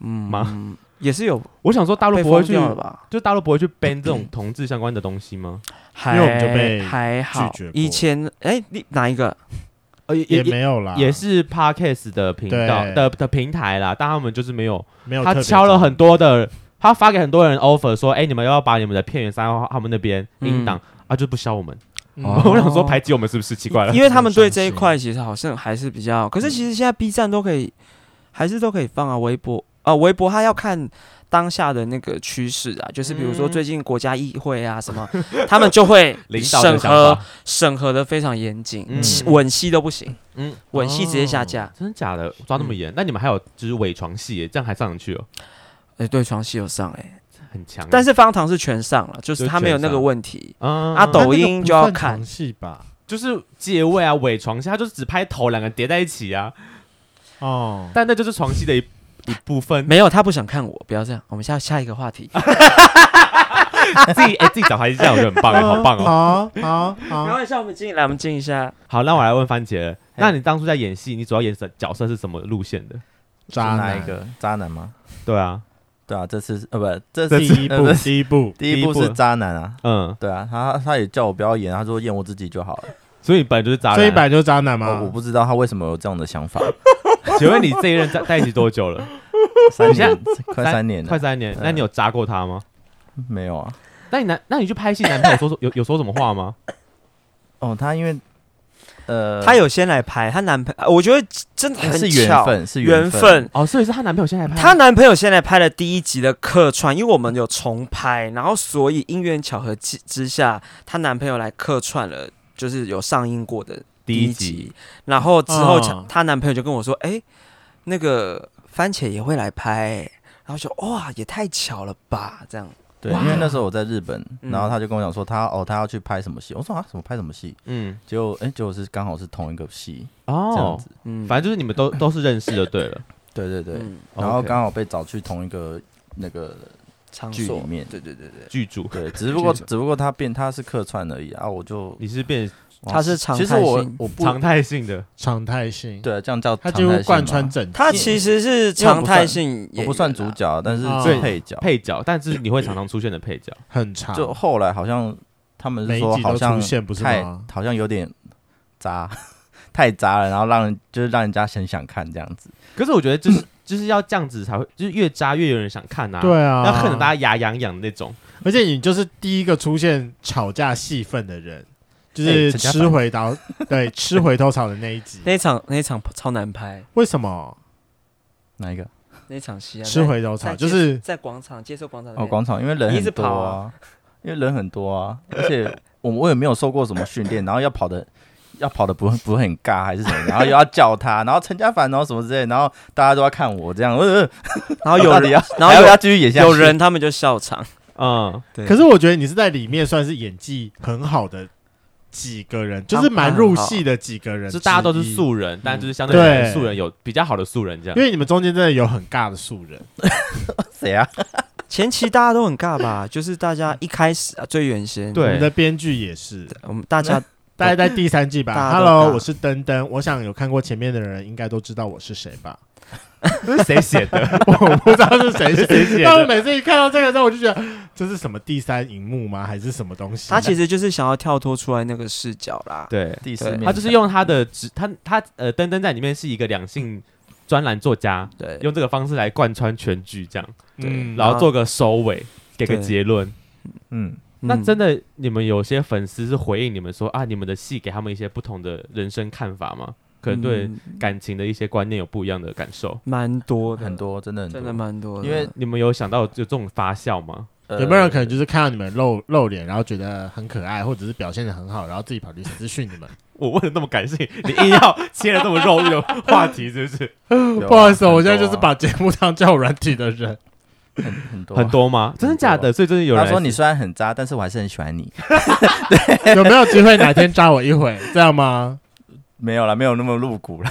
[SPEAKER 6] 嗯
[SPEAKER 2] 吗，
[SPEAKER 6] 也是有
[SPEAKER 2] 我想说，大陆
[SPEAKER 6] 被
[SPEAKER 2] 不会
[SPEAKER 6] 封
[SPEAKER 2] 去，
[SPEAKER 6] 掉了吧？
[SPEAKER 2] 就大陆不会去 ban
[SPEAKER 1] 嗯
[SPEAKER 2] 这种同志相关的东西吗？
[SPEAKER 6] 还
[SPEAKER 1] 因为我们就被
[SPEAKER 6] 还好
[SPEAKER 1] 拒绝，过
[SPEAKER 6] 以前哎，你哪一个？
[SPEAKER 2] 呃，
[SPEAKER 1] 也没有啦，
[SPEAKER 2] 也是 podcast 的频道
[SPEAKER 1] 对
[SPEAKER 2] 的的平台啦，但他们就是没有，
[SPEAKER 1] 没有特
[SPEAKER 2] 他
[SPEAKER 1] 别
[SPEAKER 2] 敲了
[SPEAKER 1] 上
[SPEAKER 2] 很多的，他发给很多人 offer 说，哎、你们要不要把你们的片源删到他们那边
[SPEAKER 6] 嗯
[SPEAKER 2] 音档、啊，就不销我们。
[SPEAKER 1] 哦
[SPEAKER 2] 我想说排挤我们是不是奇怪 了？
[SPEAKER 6] 因为他们对这一块其实好像还是比较，可是其实现在 B 站都可以，还是都可以放啊，微博啊，微博它要看当下的那个趋势啊，就是比如说
[SPEAKER 2] 嗯
[SPEAKER 6] 最近国家议会啊什 么，他们就会
[SPEAKER 2] 领导的
[SPEAKER 6] 审
[SPEAKER 2] 想
[SPEAKER 6] 核
[SPEAKER 2] 法，
[SPEAKER 6] 审核的非常严谨
[SPEAKER 2] 嗯，
[SPEAKER 6] 戏吻戏都不行，
[SPEAKER 2] 嗯，
[SPEAKER 6] 吻戏直接下架。
[SPEAKER 2] 真的假的？抓那么
[SPEAKER 6] 嗯
[SPEAKER 2] 严？那你们还有就是伪床戏耶，这样还上得去哦，
[SPEAKER 6] 哎，对，床戏有上哎，
[SPEAKER 2] 很强耶。
[SPEAKER 6] 但是啊方糖是全上了，就是
[SPEAKER 2] 就
[SPEAKER 6] 他没有
[SPEAKER 2] 全
[SPEAKER 6] 那个
[SPEAKER 2] 上
[SPEAKER 6] 问题。
[SPEAKER 2] 嗯
[SPEAKER 6] 阿
[SPEAKER 1] 那
[SPEAKER 6] 斗抖
[SPEAKER 1] 那个
[SPEAKER 6] 音
[SPEAKER 1] 不
[SPEAKER 6] 就要
[SPEAKER 1] 算
[SPEAKER 6] 看
[SPEAKER 1] 床戏吧？
[SPEAKER 2] 就是借位啊，伪床戏，他就是只拍头，两个叠在一起 啊，
[SPEAKER 1] 哦，
[SPEAKER 2] 但那就是床戏的一一部分。
[SPEAKER 6] 没有，他不想看我，不要这样。我们下下一个话题。
[SPEAKER 2] 自己哎、自己找台阶下，我觉得很棒哎，好棒哦。
[SPEAKER 1] 好好好
[SPEAKER 6] 开，玩笑，我们进来，我们进一下。
[SPEAKER 2] 好，那我来问番茄了，那你当初在演戏，你主要演什角色是什么路线的？
[SPEAKER 1] 渣
[SPEAKER 5] 是哪
[SPEAKER 1] 男
[SPEAKER 5] 一个渣男吗？
[SPEAKER 2] 对啊，
[SPEAKER 5] 对啊，这次是呃不，这次
[SPEAKER 1] 第一
[SPEAKER 5] 呃不
[SPEAKER 1] 步，
[SPEAKER 5] 是
[SPEAKER 1] 第一步，
[SPEAKER 5] 第一
[SPEAKER 2] 第一
[SPEAKER 5] 部
[SPEAKER 2] 部
[SPEAKER 5] 是渣男啊。
[SPEAKER 2] 嗯，
[SPEAKER 5] 对啊，他他也叫我不要演，他说演我自己就好了。哦
[SPEAKER 2] 所以你本来就是渣男。
[SPEAKER 1] 这一版就是渣男
[SPEAKER 2] 哦
[SPEAKER 5] 我我
[SPEAKER 1] 吗？
[SPEAKER 5] 不知道他为什么有这样的想 法。
[SPEAKER 2] 请问你这一任在在一起多久 了？
[SPEAKER 5] 三
[SPEAKER 2] 现在
[SPEAKER 5] 年，快三年
[SPEAKER 2] 快
[SPEAKER 5] 了，
[SPEAKER 2] 三年。那你有渣过他吗？
[SPEAKER 5] 没有啊。
[SPEAKER 2] 那你男，那你去拍戏，男朋友说说有有说什么话吗？
[SPEAKER 5] 哦，他因为呃，
[SPEAKER 6] 她有先来拍，她男朋友，我觉得真的很
[SPEAKER 5] 是
[SPEAKER 6] 巧
[SPEAKER 5] 缘分，是
[SPEAKER 6] 缘
[SPEAKER 5] 分。
[SPEAKER 6] 分。
[SPEAKER 2] 哦，所以是她男朋友现在拍
[SPEAKER 6] 她男朋友先来拍了第一集的客串，因为我们有重拍，然后所以因缘巧合之之下，她男朋友来客串了，就是有上映过的
[SPEAKER 2] 第
[SPEAKER 6] 一哦
[SPEAKER 2] 一集，
[SPEAKER 6] 然后之后她
[SPEAKER 1] 嗯
[SPEAKER 6] 她男朋友就跟我说：“哎、那个番茄也会来拍、然后就哇，也太巧了吧，这样。
[SPEAKER 5] 对，
[SPEAKER 6] 哇
[SPEAKER 5] 因为那时候我在日本，
[SPEAKER 6] 嗯
[SPEAKER 5] 然后他就跟我讲说他哦，他要去拍什么戏。我说啊，什么拍什么戏？
[SPEAKER 2] 嗯，
[SPEAKER 5] 结果哎，结果是刚好是同一个戏这样
[SPEAKER 2] 哦，
[SPEAKER 5] 子。
[SPEAKER 6] 嗯，
[SPEAKER 2] 反正就是你们都都是认识就对了。
[SPEAKER 5] 对对对，
[SPEAKER 6] 嗯，
[SPEAKER 5] 然后
[SPEAKER 2] OK
[SPEAKER 5] 刚好被找去同一个那个
[SPEAKER 6] 场
[SPEAKER 5] 剧
[SPEAKER 6] 所
[SPEAKER 5] 里面
[SPEAKER 6] 对对对对，
[SPEAKER 2] 剧组，
[SPEAKER 5] 对，只不过只不过他变他是客串而已啊，我就
[SPEAKER 2] 你是变
[SPEAKER 6] 他是常
[SPEAKER 5] 其实
[SPEAKER 6] 态
[SPEAKER 5] 我
[SPEAKER 6] 性
[SPEAKER 5] 我不
[SPEAKER 2] 常态性的，
[SPEAKER 1] 常态性，
[SPEAKER 5] 对这样叫
[SPEAKER 1] 他
[SPEAKER 5] 常
[SPEAKER 1] 几乎
[SPEAKER 5] 态性
[SPEAKER 1] 贯
[SPEAKER 5] 嘛
[SPEAKER 1] 穿整，
[SPEAKER 6] 他其实是常态性，啊
[SPEAKER 5] 我不算主，角，但是
[SPEAKER 1] 哦
[SPEAKER 5] 是配角，
[SPEAKER 2] 配角，但是你会常常出现的配角。
[SPEAKER 1] 很长，
[SPEAKER 5] 就后来好像他们是
[SPEAKER 1] 每一
[SPEAKER 5] 说
[SPEAKER 1] 集
[SPEAKER 5] 好
[SPEAKER 1] 都出
[SPEAKER 5] 像
[SPEAKER 1] 现，不是
[SPEAKER 5] 太
[SPEAKER 1] 吗？
[SPEAKER 5] 好像有点渣， 太渣了，然后让人就是让人家很想看这样子。
[SPEAKER 2] 可是我觉得就是就是要这样子才会，就是越渣越有人想看啊，
[SPEAKER 1] 对啊，
[SPEAKER 2] 要恨得大家牙痒痒的那种。
[SPEAKER 1] 而且你就是第一个出现吵架戏份的人，就
[SPEAKER 5] 哎
[SPEAKER 1] 是
[SPEAKER 5] 陈家
[SPEAKER 1] 吃
[SPEAKER 5] 凡
[SPEAKER 1] 回头，对，吃回头草的那一集。
[SPEAKER 6] 那一场那一场超难拍，
[SPEAKER 1] 为什么
[SPEAKER 5] 哪一个？哦
[SPEAKER 6] 那一场戏啊，
[SPEAKER 1] 吃回头草？
[SPEAKER 6] 在
[SPEAKER 1] 就是
[SPEAKER 6] 在广场接受广场的
[SPEAKER 5] 哦，广场，因为人
[SPEAKER 6] 你一
[SPEAKER 5] 很
[SPEAKER 6] 直
[SPEAKER 5] 多
[SPEAKER 6] 跑
[SPEAKER 5] 啊，因为人很多啊，而且我我也没有受过什么训练，然后要跑的。要跑的不不会很尬还是什么，然后又要叫他，然后陈家凡，然后哦什么之类，然后大家都要看我这样，呃，
[SPEAKER 6] 然后有
[SPEAKER 5] 到底
[SPEAKER 6] 人
[SPEAKER 5] 要，
[SPEAKER 6] 然
[SPEAKER 5] 还
[SPEAKER 6] 后
[SPEAKER 5] 要
[SPEAKER 6] 有
[SPEAKER 5] 不要继续演下去
[SPEAKER 6] 有人他们就笑场，
[SPEAKER 2] 嗯，
[SPEAKER 6] 对
[SPEAKER 1] 可是我觉得你是在里面算是演技很好的几个人，就是蛮入戏的几个人，
[SPEAKER 2] 是大家都是，素人，但就是相对
[SPEAKER 1] 对
[SPEAKER 2] 而言素人有比较好的素人这样
[SPEAKER 1] 因。为你们中间真的有很尬的素人，
[SPEAKER 5] 谁啊？
[SPEAKER 6] 前期大家都很尬吧，就是大家一开始啊最原先，
[SPEAKER 1] 我们的
[SPEAKER 2] 对，
[SPEAKER 1] 编剧也是，
[SPEAKER 6] 我们大家
[SPEAKER 1] 大概在第三季
[SPEAKER 6] 大
[SPEAKER 1] 吧。
[SPEAKER 6] 家都
[SPEAKER 1] Hello，
[SPEAKER 6] 尬
[SPEAKER 1] 我是登登，我想有看过前面的人应该都知道我是谁吧？
[SPEAKER 2] 这是谁写的？
[SPEAKER 1] 我不知道是谁谁
[SPEAKER 2] 写的
[SPEAKER 1] 但是每次一看到这个时候，我就觉得这是什么第三荧幕吗？还是什么东西？
[SPEAKER 6] 他其实就是想要跳脱出来那个视角啦，
[SPEAKER 2] 对，
[SPEAKER 5] 第四
[SPEAKER 6] 对
[SPEAKER 5] 面
[SPEAKER 2] 他就是用他的职，他他呃，登登在里面是一个两性专栏作家，
[SPEAKER 6] 对，
[SPEAKER 2] 用这个方式来贯穿全剧这样，
[SPEAKER 1] 嗯，
[SPEAKER 2] 然后做个收尾，给个结论。
[SPEAKER 5] 嗯，
[SPEAKER 2] 那
[SPEAKER 6] 嗯
[SPEAKER 2] 真的，你们有些粉丝是回应你们说啊，你们的戏给他们一些不同的人生看法吗？可能对
[SPEAKER 6] 嗯
[SPEAKER 2] 感情的一些观念有不一样的感受。
[SPEAKER 6] 蛮多的
[SPEAKER 5] 很，多，真的很多，
[SPEAKER 6] 真的蛮多的，
[SPEAKER 5] 因为
[SPEAKER 2] 你们有想到有这种发酵吗？
[SPEAKER 5] 呃
[SPEAKER 1] 有没有人可能就是看到你们露露脸，然后觉得很可爱，或者是表现的很好，然后自己跑去私讯你们？
[SPEAKER 2] 我问的那么感性，你硬要切了这么肉欲的话题，是不是？
[SPEAKER 5] 有啊
[SPEAKER 1] 不好意思，
[SPEAKER 5] 很
[SPEAKER 1] 我现在就
[SPEAKER 5] 多
[SPEAKER 1] 是
[SPEAKER 5] 啊
[SPEAKER 1] 把节目当交友软体的人。
[SPEAKER 5] 很很多啊
[SPEAKER 2] 很。多吗？真的假的？所以真的有人
[SPEAKER 5] 他
[SPEAKER 2] 来
[SPEAKER 5] 说你虽然很渣，但是我还是很喜欢你。
[SPEAKER 1] 有没有机会哪天扎我一回？这样吗？
[SPEAKER 5] 没有啦，没有那么露 骨了。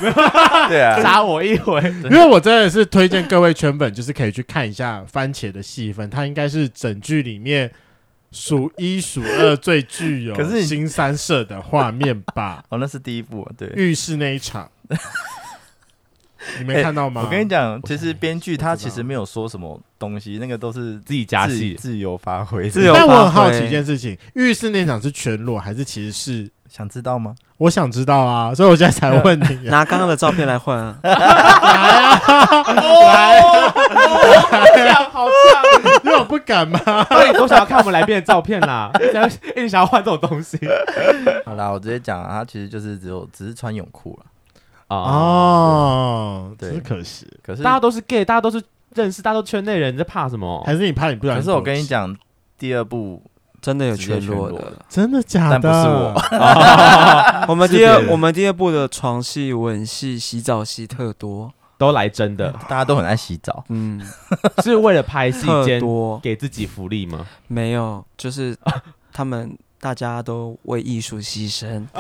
[SPEAKER 5] 对 啊，
[SPEAKER 2] 杀我一回，
[SPEAKER 1] 因为我真的是推荐各位圈粉，就是可以去看一下番茄的戏份，它应该是整剧里面数一数二最具有
[SPEAKER 5] 可是你
[SPEAKER 1] 新三社的画面吧。
[SPEAKER 5] 哦，那是第一部啊。对，
[SPEAKER 1] 浴室那一场，你没
[SPEAKER 5] 哎
[SPEAKER 1] 看到吗？
[SPEAKER 5] 我跟你，讲，
[SPEAKER 1] 我
[SPEAKER 5] 其实
[SPEAKER 1] 看
[SPEAKER 5] 编剧他其
[SPEAKER 1] 我知
[SPEAKER 5] 实
[SPEAKER 1] 道
[SPEAKER 5] 没有说什么东西，那个都是
[SPEAKER 2] 自己加
[SPEAKER 5] 自
[SPEAKER 2] 戏，
[SPEAKER 5] 自由发挥的。
[SPEAKER 6] 自由
[SPEAKER 1] 但我
[SPEAKER 6] 发
[SPEAKER 1] 很
[SPEAKER 6] 挥
[SPEAKER 1] 好奇一件事情，浴室那场是全裸还是其实是？
[SPEAKER 5] 想知道吗？
[SPEAKER 1] 我想知道啊，所以我现在才问你啊。
[SPEAKER 6] 拿刚刚的照片来换啊，
[SPEAKER 2] 好呛！
[SPEAKER 1] 因为我不敢吗？
[SPEAKER 2] 到底多想要看我们来宾的照片啦？ 一直要一直想要换这种东西
[SPEAKER 5] 好啦，我直接讲啊，他其实就是只有只是穿泳裤了。
[SPEAKER 2] 啊！
[SPEAKER 1] 哦，
[SPEAKER 5] 对
[SPEAKER 1] 真是可惜。
[SPEAKER 5] 可是
[SPEAKER 2] 大家都是 gay，大家都是认识，大家都圈内人，你在怕什么？
[SPEAKER 1] 还是你怕你不小
[SPEAKER 5] 哦可
[SPEAKER 1] 心？
[SPEAKER 5] 是我跟你，讲，第二部
[SPEAKER 6] 真的有
[SPEAKER 5] 直接
[SPEAKER 6] 全裸
[SPEAKER 5] 全裸
[SPEAKER 6] 的。
[SPEAKER 1] 真的假的？
[SPEAKER 5] 但不是我，
[SPEAKER 6] 我们
[SPEAKER 2] 是
[SPEAKER 6] 第二
[SPEAKER 2] 别人
[SPEAKER 6] 我们第二部的床戏、吻戏、洗澡戏特多，
[SPEAKER 2] 都来真 的，
[SPEAKER 5] 大家都很爱洗澡，
[SPEAKER 6] 嗯，
[SPEAKER 2] 是为了拍戏
[SPEAKER 6] 特
[SPEAKER 2] 间
[SPEAKER 6] 多
[SPEAKER 2] 给自己福利吗？
[SPEAKER 6] 没有，就是他们大家都为艺术牺牲，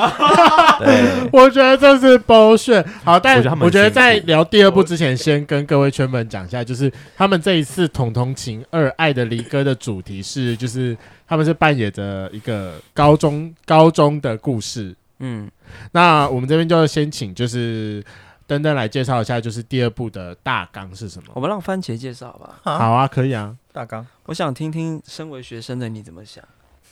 [SPEAKER 5] 对，
[SPEAKER 1] 我觉得这是 bullshit。好，但
[SPEAKER 2] 我觉得他们很
[SPEAKER 1] 我觉得在
[SPEAKER 2] 辛苦
[SPEAKER 1] 聊第二部之前，先跟各位圈粉讲一下，就是他们这一次《统统情二爱的离歌》的主题是，就是他们是扮演着一个高中高中的故事。
[SPEAKER 6] 嗯，
[SPEAKER 1] 那我们这边就先请就是登登来介绍一下，就是第二部的大纲是什
[SPEAKER 6] 我
[SPEAKER 1] 么？
[SPEAKER 6] 们让番茄介绍吧。
[SPEAKER 1] 好啊，可以啊。
[SPEAKER 5] 大纲。
[SPEAKER 6] 我想听听身为学生的你怎么想。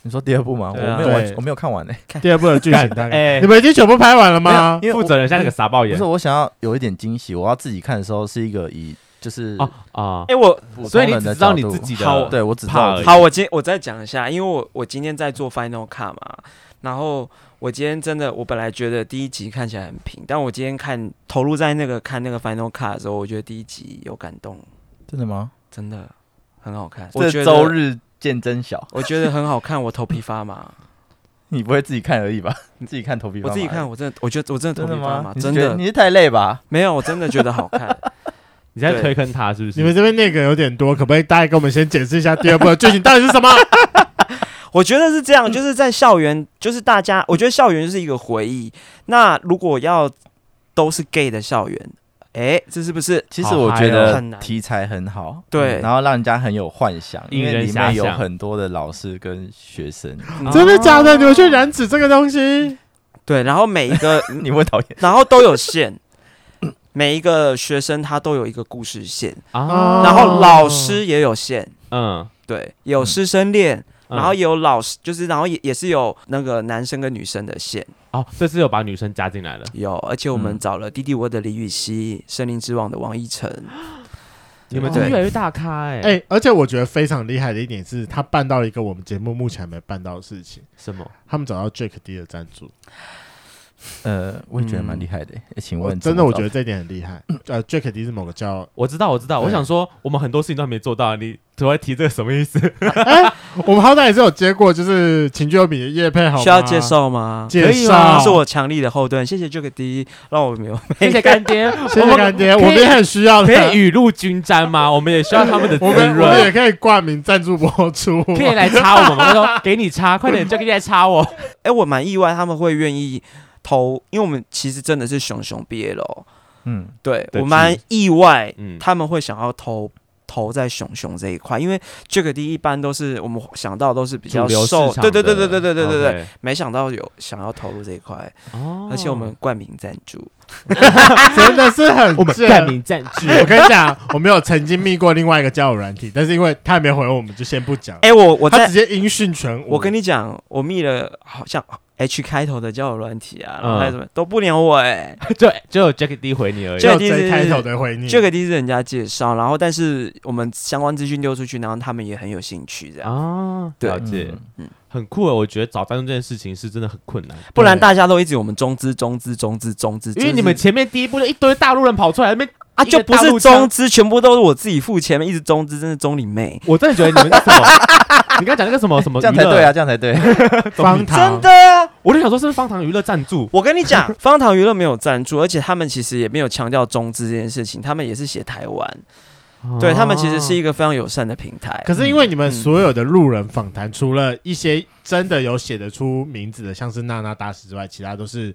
[SPEAKER 5] 你说第二部吗？我
[SPEAKER 2] 对啊
[SPEAKER 5] 没有完
[SPEAKER 1] 对，
[SPEAKER 5] 我没有看完呢。
[SPEAKER 1] 第二部的剧情大概，
[SPEAKER 2] 哎
[SPEAKER 1] 你，们已经全部拍完了吗？
[SPEAKER 5] 没有因为
[SPEAKER 2] 负
[SPEAKER 5] 我
[SPEAKER 2] 责人像那个傻爆
[SPEAKER 5] 不
[SPEAKER 2] 眼
[SPEAKER 5] 是我想要有一点惊喜，我要自己看的时候是一个以就是
[SPEAKER 2] 哦啊！
[SPEAKER 6] 哎，我
[SPEAKER 5] 普
[SPEAKER 2] 所以
[SPEAKER 5] 通
[SPEAKER 2] 你
[SPEAKER 5] 人
[SPEAKER 2] 只
[SPEAKER 5] 的
[SPEAKER 2] 知道
[SPEAKER 5] 角
[SPEAKER 2] 你
[SPEAKER 5] 度。
[SPEAKER 2] 自己
[SPEAKER 6] 好
[SPEAKER 2] 的
[SPEAKER 5] 对我只知
[SPEAKER 2] 怕而
[SPEAKER 5] 道我
[SPEAKER 2] 已
[SPEAKER 5] 自己
[SPEAKER 6] 好，我今我再讲一下，因为我我今天在做 Final Cut 嘛，然后我今天真的，我本来觉得第一集看起来很平，但我今天看投入在那个看那个 Final Cut 的时候，我觉得第一集有感动，
[SPEAKER 5] 真的吗？
[SPEAKER 6] 真的很好看。我觉
[SPEAKER 5] 这
[SPEAKER 6] 得
[SPEAKER 5] 周日见真小，
[SPEAKER 6] 我觉得很好看，我头皮发麻。
[SPEAKER 5] 你不会自己看而已吧？自己看 头皮发
[SPEAKER 6] 我
[SPEAKER 5] 麻
[SPEAKER 6] 自己看，我真的，我觉得我真的
[SPEAKER 5] 真
[SPEAKER 6] 头
[SPEAKER 5] 的
[SPEAKER 6] 皮发
[SPEAKER 5] 吗
[SPEAKER 6] 麻，？
[SPEAKER 5] 你是
[SPEAKER 6] 真
[SPEAKER 5] 觉得
[SPEAKER 6] 的
[SPEAKER 5] 你是太累吧？
[SPEAKER 6] 没有，我真的觉得好看。
[SPEAKER 2] 你在推坑他是不是？
[SPEAKER 1] 你们这边那个有点多，可不可以大概跟我们先解释一下第二部的剧情到底是什么？
[SPEAKER 6] 我觉得是这样，就是在校园，就是大家，我觉得校园就是一个回忆。那如果要都是 gay 的校园，哎，这是不是？
[SPEAKER 5] 其实
[SPEAKER 2] 好
[SPEAKER 5] 我
[SPEAKER 2] 嗨
[SPEAKER 5] 觉
[SPEAKER 2] 哦
[SPEAKER 5] 得
[SPEAKER 6] 很难
[SPEAKER 5] 题材很好，嗯
[SPEAKER 6] 对
[SPEAKER 5] 然后让人家很有幻想，
[SPEAKER 2] 引
[SPEAKER 5] 因为
[SPEAKER 2] 人
[SPEAKER 5] 里
[SPEAKER 2] 遐
[SPEAKER 5] 面有
[SPEAKER 2] 想
[SPEAKER 5] 很多的老师跟学生。
[SPEAKER 1] 真的假的？你们去染指这个东西？
[SPEAKER 6] 对，然后每一个，
[SPEAKER 5] 你会讨厌？
[SPEAKER 6] 然后都有线，每一个学生他都有一个故事线，
[SPEAKER 2] 啊？
[SPEAKER 6] 然后老师也有线，
[SPEAKER 2] 嗯，
[SPEAKER 6] 对，也有师生恋，
[SPEAKER 2] 嗯
[SPEAKER 6] 然后也有老师，就是然后也也是有那个男生跟女生的线，
[SPEAKER 2] 哦，这次又把女生加进来了。
[SPEAKER 6] 有，而且我们
[SPEAKER 5] 嗯
[SPEAKER 6] 找了《弟弟我的》李禹锡，《森林之王》的王一晨，
[SPEAKER 2] 你们
[SPEAKER 6] 对
[SPEAKER 2] 真的越来越大咖哎、
[SPEAKER 1] 哎、而且我觉得非常厉害的一点是，他办到了一个我们节目目前还没办到的事情，
[SPEAKER 2] 什么？
[SPEAKER 1] 他们找到 Jack D 的赞助。
[SPEAKER 5] 呃，我也觉得蛮厉害的。诶嗯请
[SPEAKER 1] 我
[SPEAKER 5] 问
[SPEAKER 1] 真
[SPEAKER 5] 怎
[SPEAKER 1] 的
[SPEAKER 5] 么
[SPEAKER 1] 我
[SPEAKER 5] 找
[SPEAKER 1] 觉得这一点很厉害。呃，Jack D 是某个叫，
[SPEAKER 2] 我知道，我知道。
[SPEAKER 1] 对
[SPEAKER 2] 我想说，我们很多事情都还没做到，你突然提这个什么意思？
[SPEAKER 1] 我们好歹也是有接过，就是情趣用品的叶配好吗
[SPEAKER 6] 需要介绍吗？
[SPEAKER 1] 介
[SPEAKER 2] 可以
[SPEAKER 1] 绍，
[SPEAKER 2] 吗
[SPEAKER 6] 他是我强力的后盾，谢谢这个第一，让我们有
[SPEAKER 2] 谢谢干 爹，
[SPEAKER 1] 谢谢干爹，我
[SPEAKER 2] 可以
[SPEAKER 1] 们也很需要的，
[SPEAKER 2] 可以雨露均沾吗？我们也需要他们的 滋嗯
[SPEAKER 1] 我们我们也
[SPEAKER 2] 润，
[SPEAKER 1] 可以冠名赞助播出。
[SPEAKER 2] 可以来擦我们吗？他说给你擦，快点，就给你来擦我。
[SPEAKER 6] 哎、我蛮意外他们会愿意投，因为我们其实真的是熊熊毕业了，哦
[SPEAKER 5] 嗯，
[SPEAKER 6] 对
[SPEAKER 2] 的
[SPEAKER 6] 我蛮意外，
[SPEAKER 2] 嗯，
[SPEAKER 6] 他们会想要投投在熊熊这一块，因为这个第一般都是我们想到都是比较
[SPEAKER 2] 主流市
[SPEAKER 6] 受，
[SPEAKER 2] 场
[SPEAKER 6] 对对对
[SPEAKER 2] 的
[SPEAKER 6] 对对对对对对，
[SPEAKER 2] OK
[SPEAKER 6] 没想到有想要投入这一块，
[SPEAKER 2] 哦
[SPEAKER 6] 而且我们冠名赞助，
[SPEAKER 1] 真的是很
[SPEAKER 2] 我们
[SPEAKER 6] 啊
[SPEAKER 1] 贱
[SPEAKER 2] 冠名赞助，
[SPEAKER 1] 我跟你讲，我们有曾经密过另外一个交友软体，但是因为他也没回我，我们就先不讲。
[SPEAKER 6] 哎、我我
[SPEAKER 1] 他
[SPEAKER 6] 在
[SPEAKER 1] 直接音讯全无。
[SPEAKER 6] 我跟你讲，我密了好像 H 开头的交友软体啊，然后还有
[SPEAKER 2] 嗯
[SPEAKER 6] 什么、都不鸟我哎、
[SPEAKER 2] 就只有 Jack D 回你而已。
[SPEAKER 1] 只有
[SPEAKER 6] 这个
[SPEAKER 1] 这
[SPEAKER 6] 是
[SPEAKER 1] 开头的回你，
[SPEAKER 6] 这个第一是人家介绍，然后但是我们相关资讯丢出去，然后他们也很有兴趣这样，
[SPEAKER 2] 啊，
[SPEAKER 6] 对
[SPEAKER 2] 了解，
[SPEAKER 6] 嗯
[SPEAKER 2] 很酷诶。欸我觉得找赞助这件事情是真的很困难，
[SPEAKER 6] 不然大家都一直我们中资中资中资中资，
[SPEAKER 2] 因为
[SPEAKER 6] 就是
[SPEAKER 2] 你们前面第一步就一堆大陆人跑出来，那边
[SPEAKER 6] 啊
[SPEAKER 2] 一
[SPEAKER 6] 就
[SPEAKER 2] 个
[SPEAKER 6] 不
[SPEAKER 2] 大
[SPEAKER 6] 是
[SPEAKER 2] 陆腔
[SPEAKER 6] 中资，全部都是我自己付钱，一直中资，真是中你妹，
[SPEAKER 2] 我真的觉得你们是什 么？你刚讲那个什么什么
[SPEAKER 5] 这样
[SPEAKER 2] 娱
[SPEAKER 5] 才对
[SPEAKER 2] 乐
[SPEAKER 5] 啊，，这样才对。
[SPEAKER 1] 方
[SPEAKER 6] 真
[SPEAKER 1] 糖
[SPEAKER 6] 的啊。
[SPEAKER 2] 我就想说是不是方糖娱乐赞助，
[SPEAKER 6] 我跟 你讲，方糖娱乐没有赞助，而且他们其实也没有强调中资这件事情，他们也是写台湾，
[SPEAKER 2] 啊
[SPEAKER 6] 对他们其实是一个非常友善的平台。
[SPEAKER 1] 可是因为
[SPEAKER 2] 嗯
[SPEAKER 1] 你们所有的路人访谈，除了一些真的有写得出名字的，像是娜娜大师之外，其他都是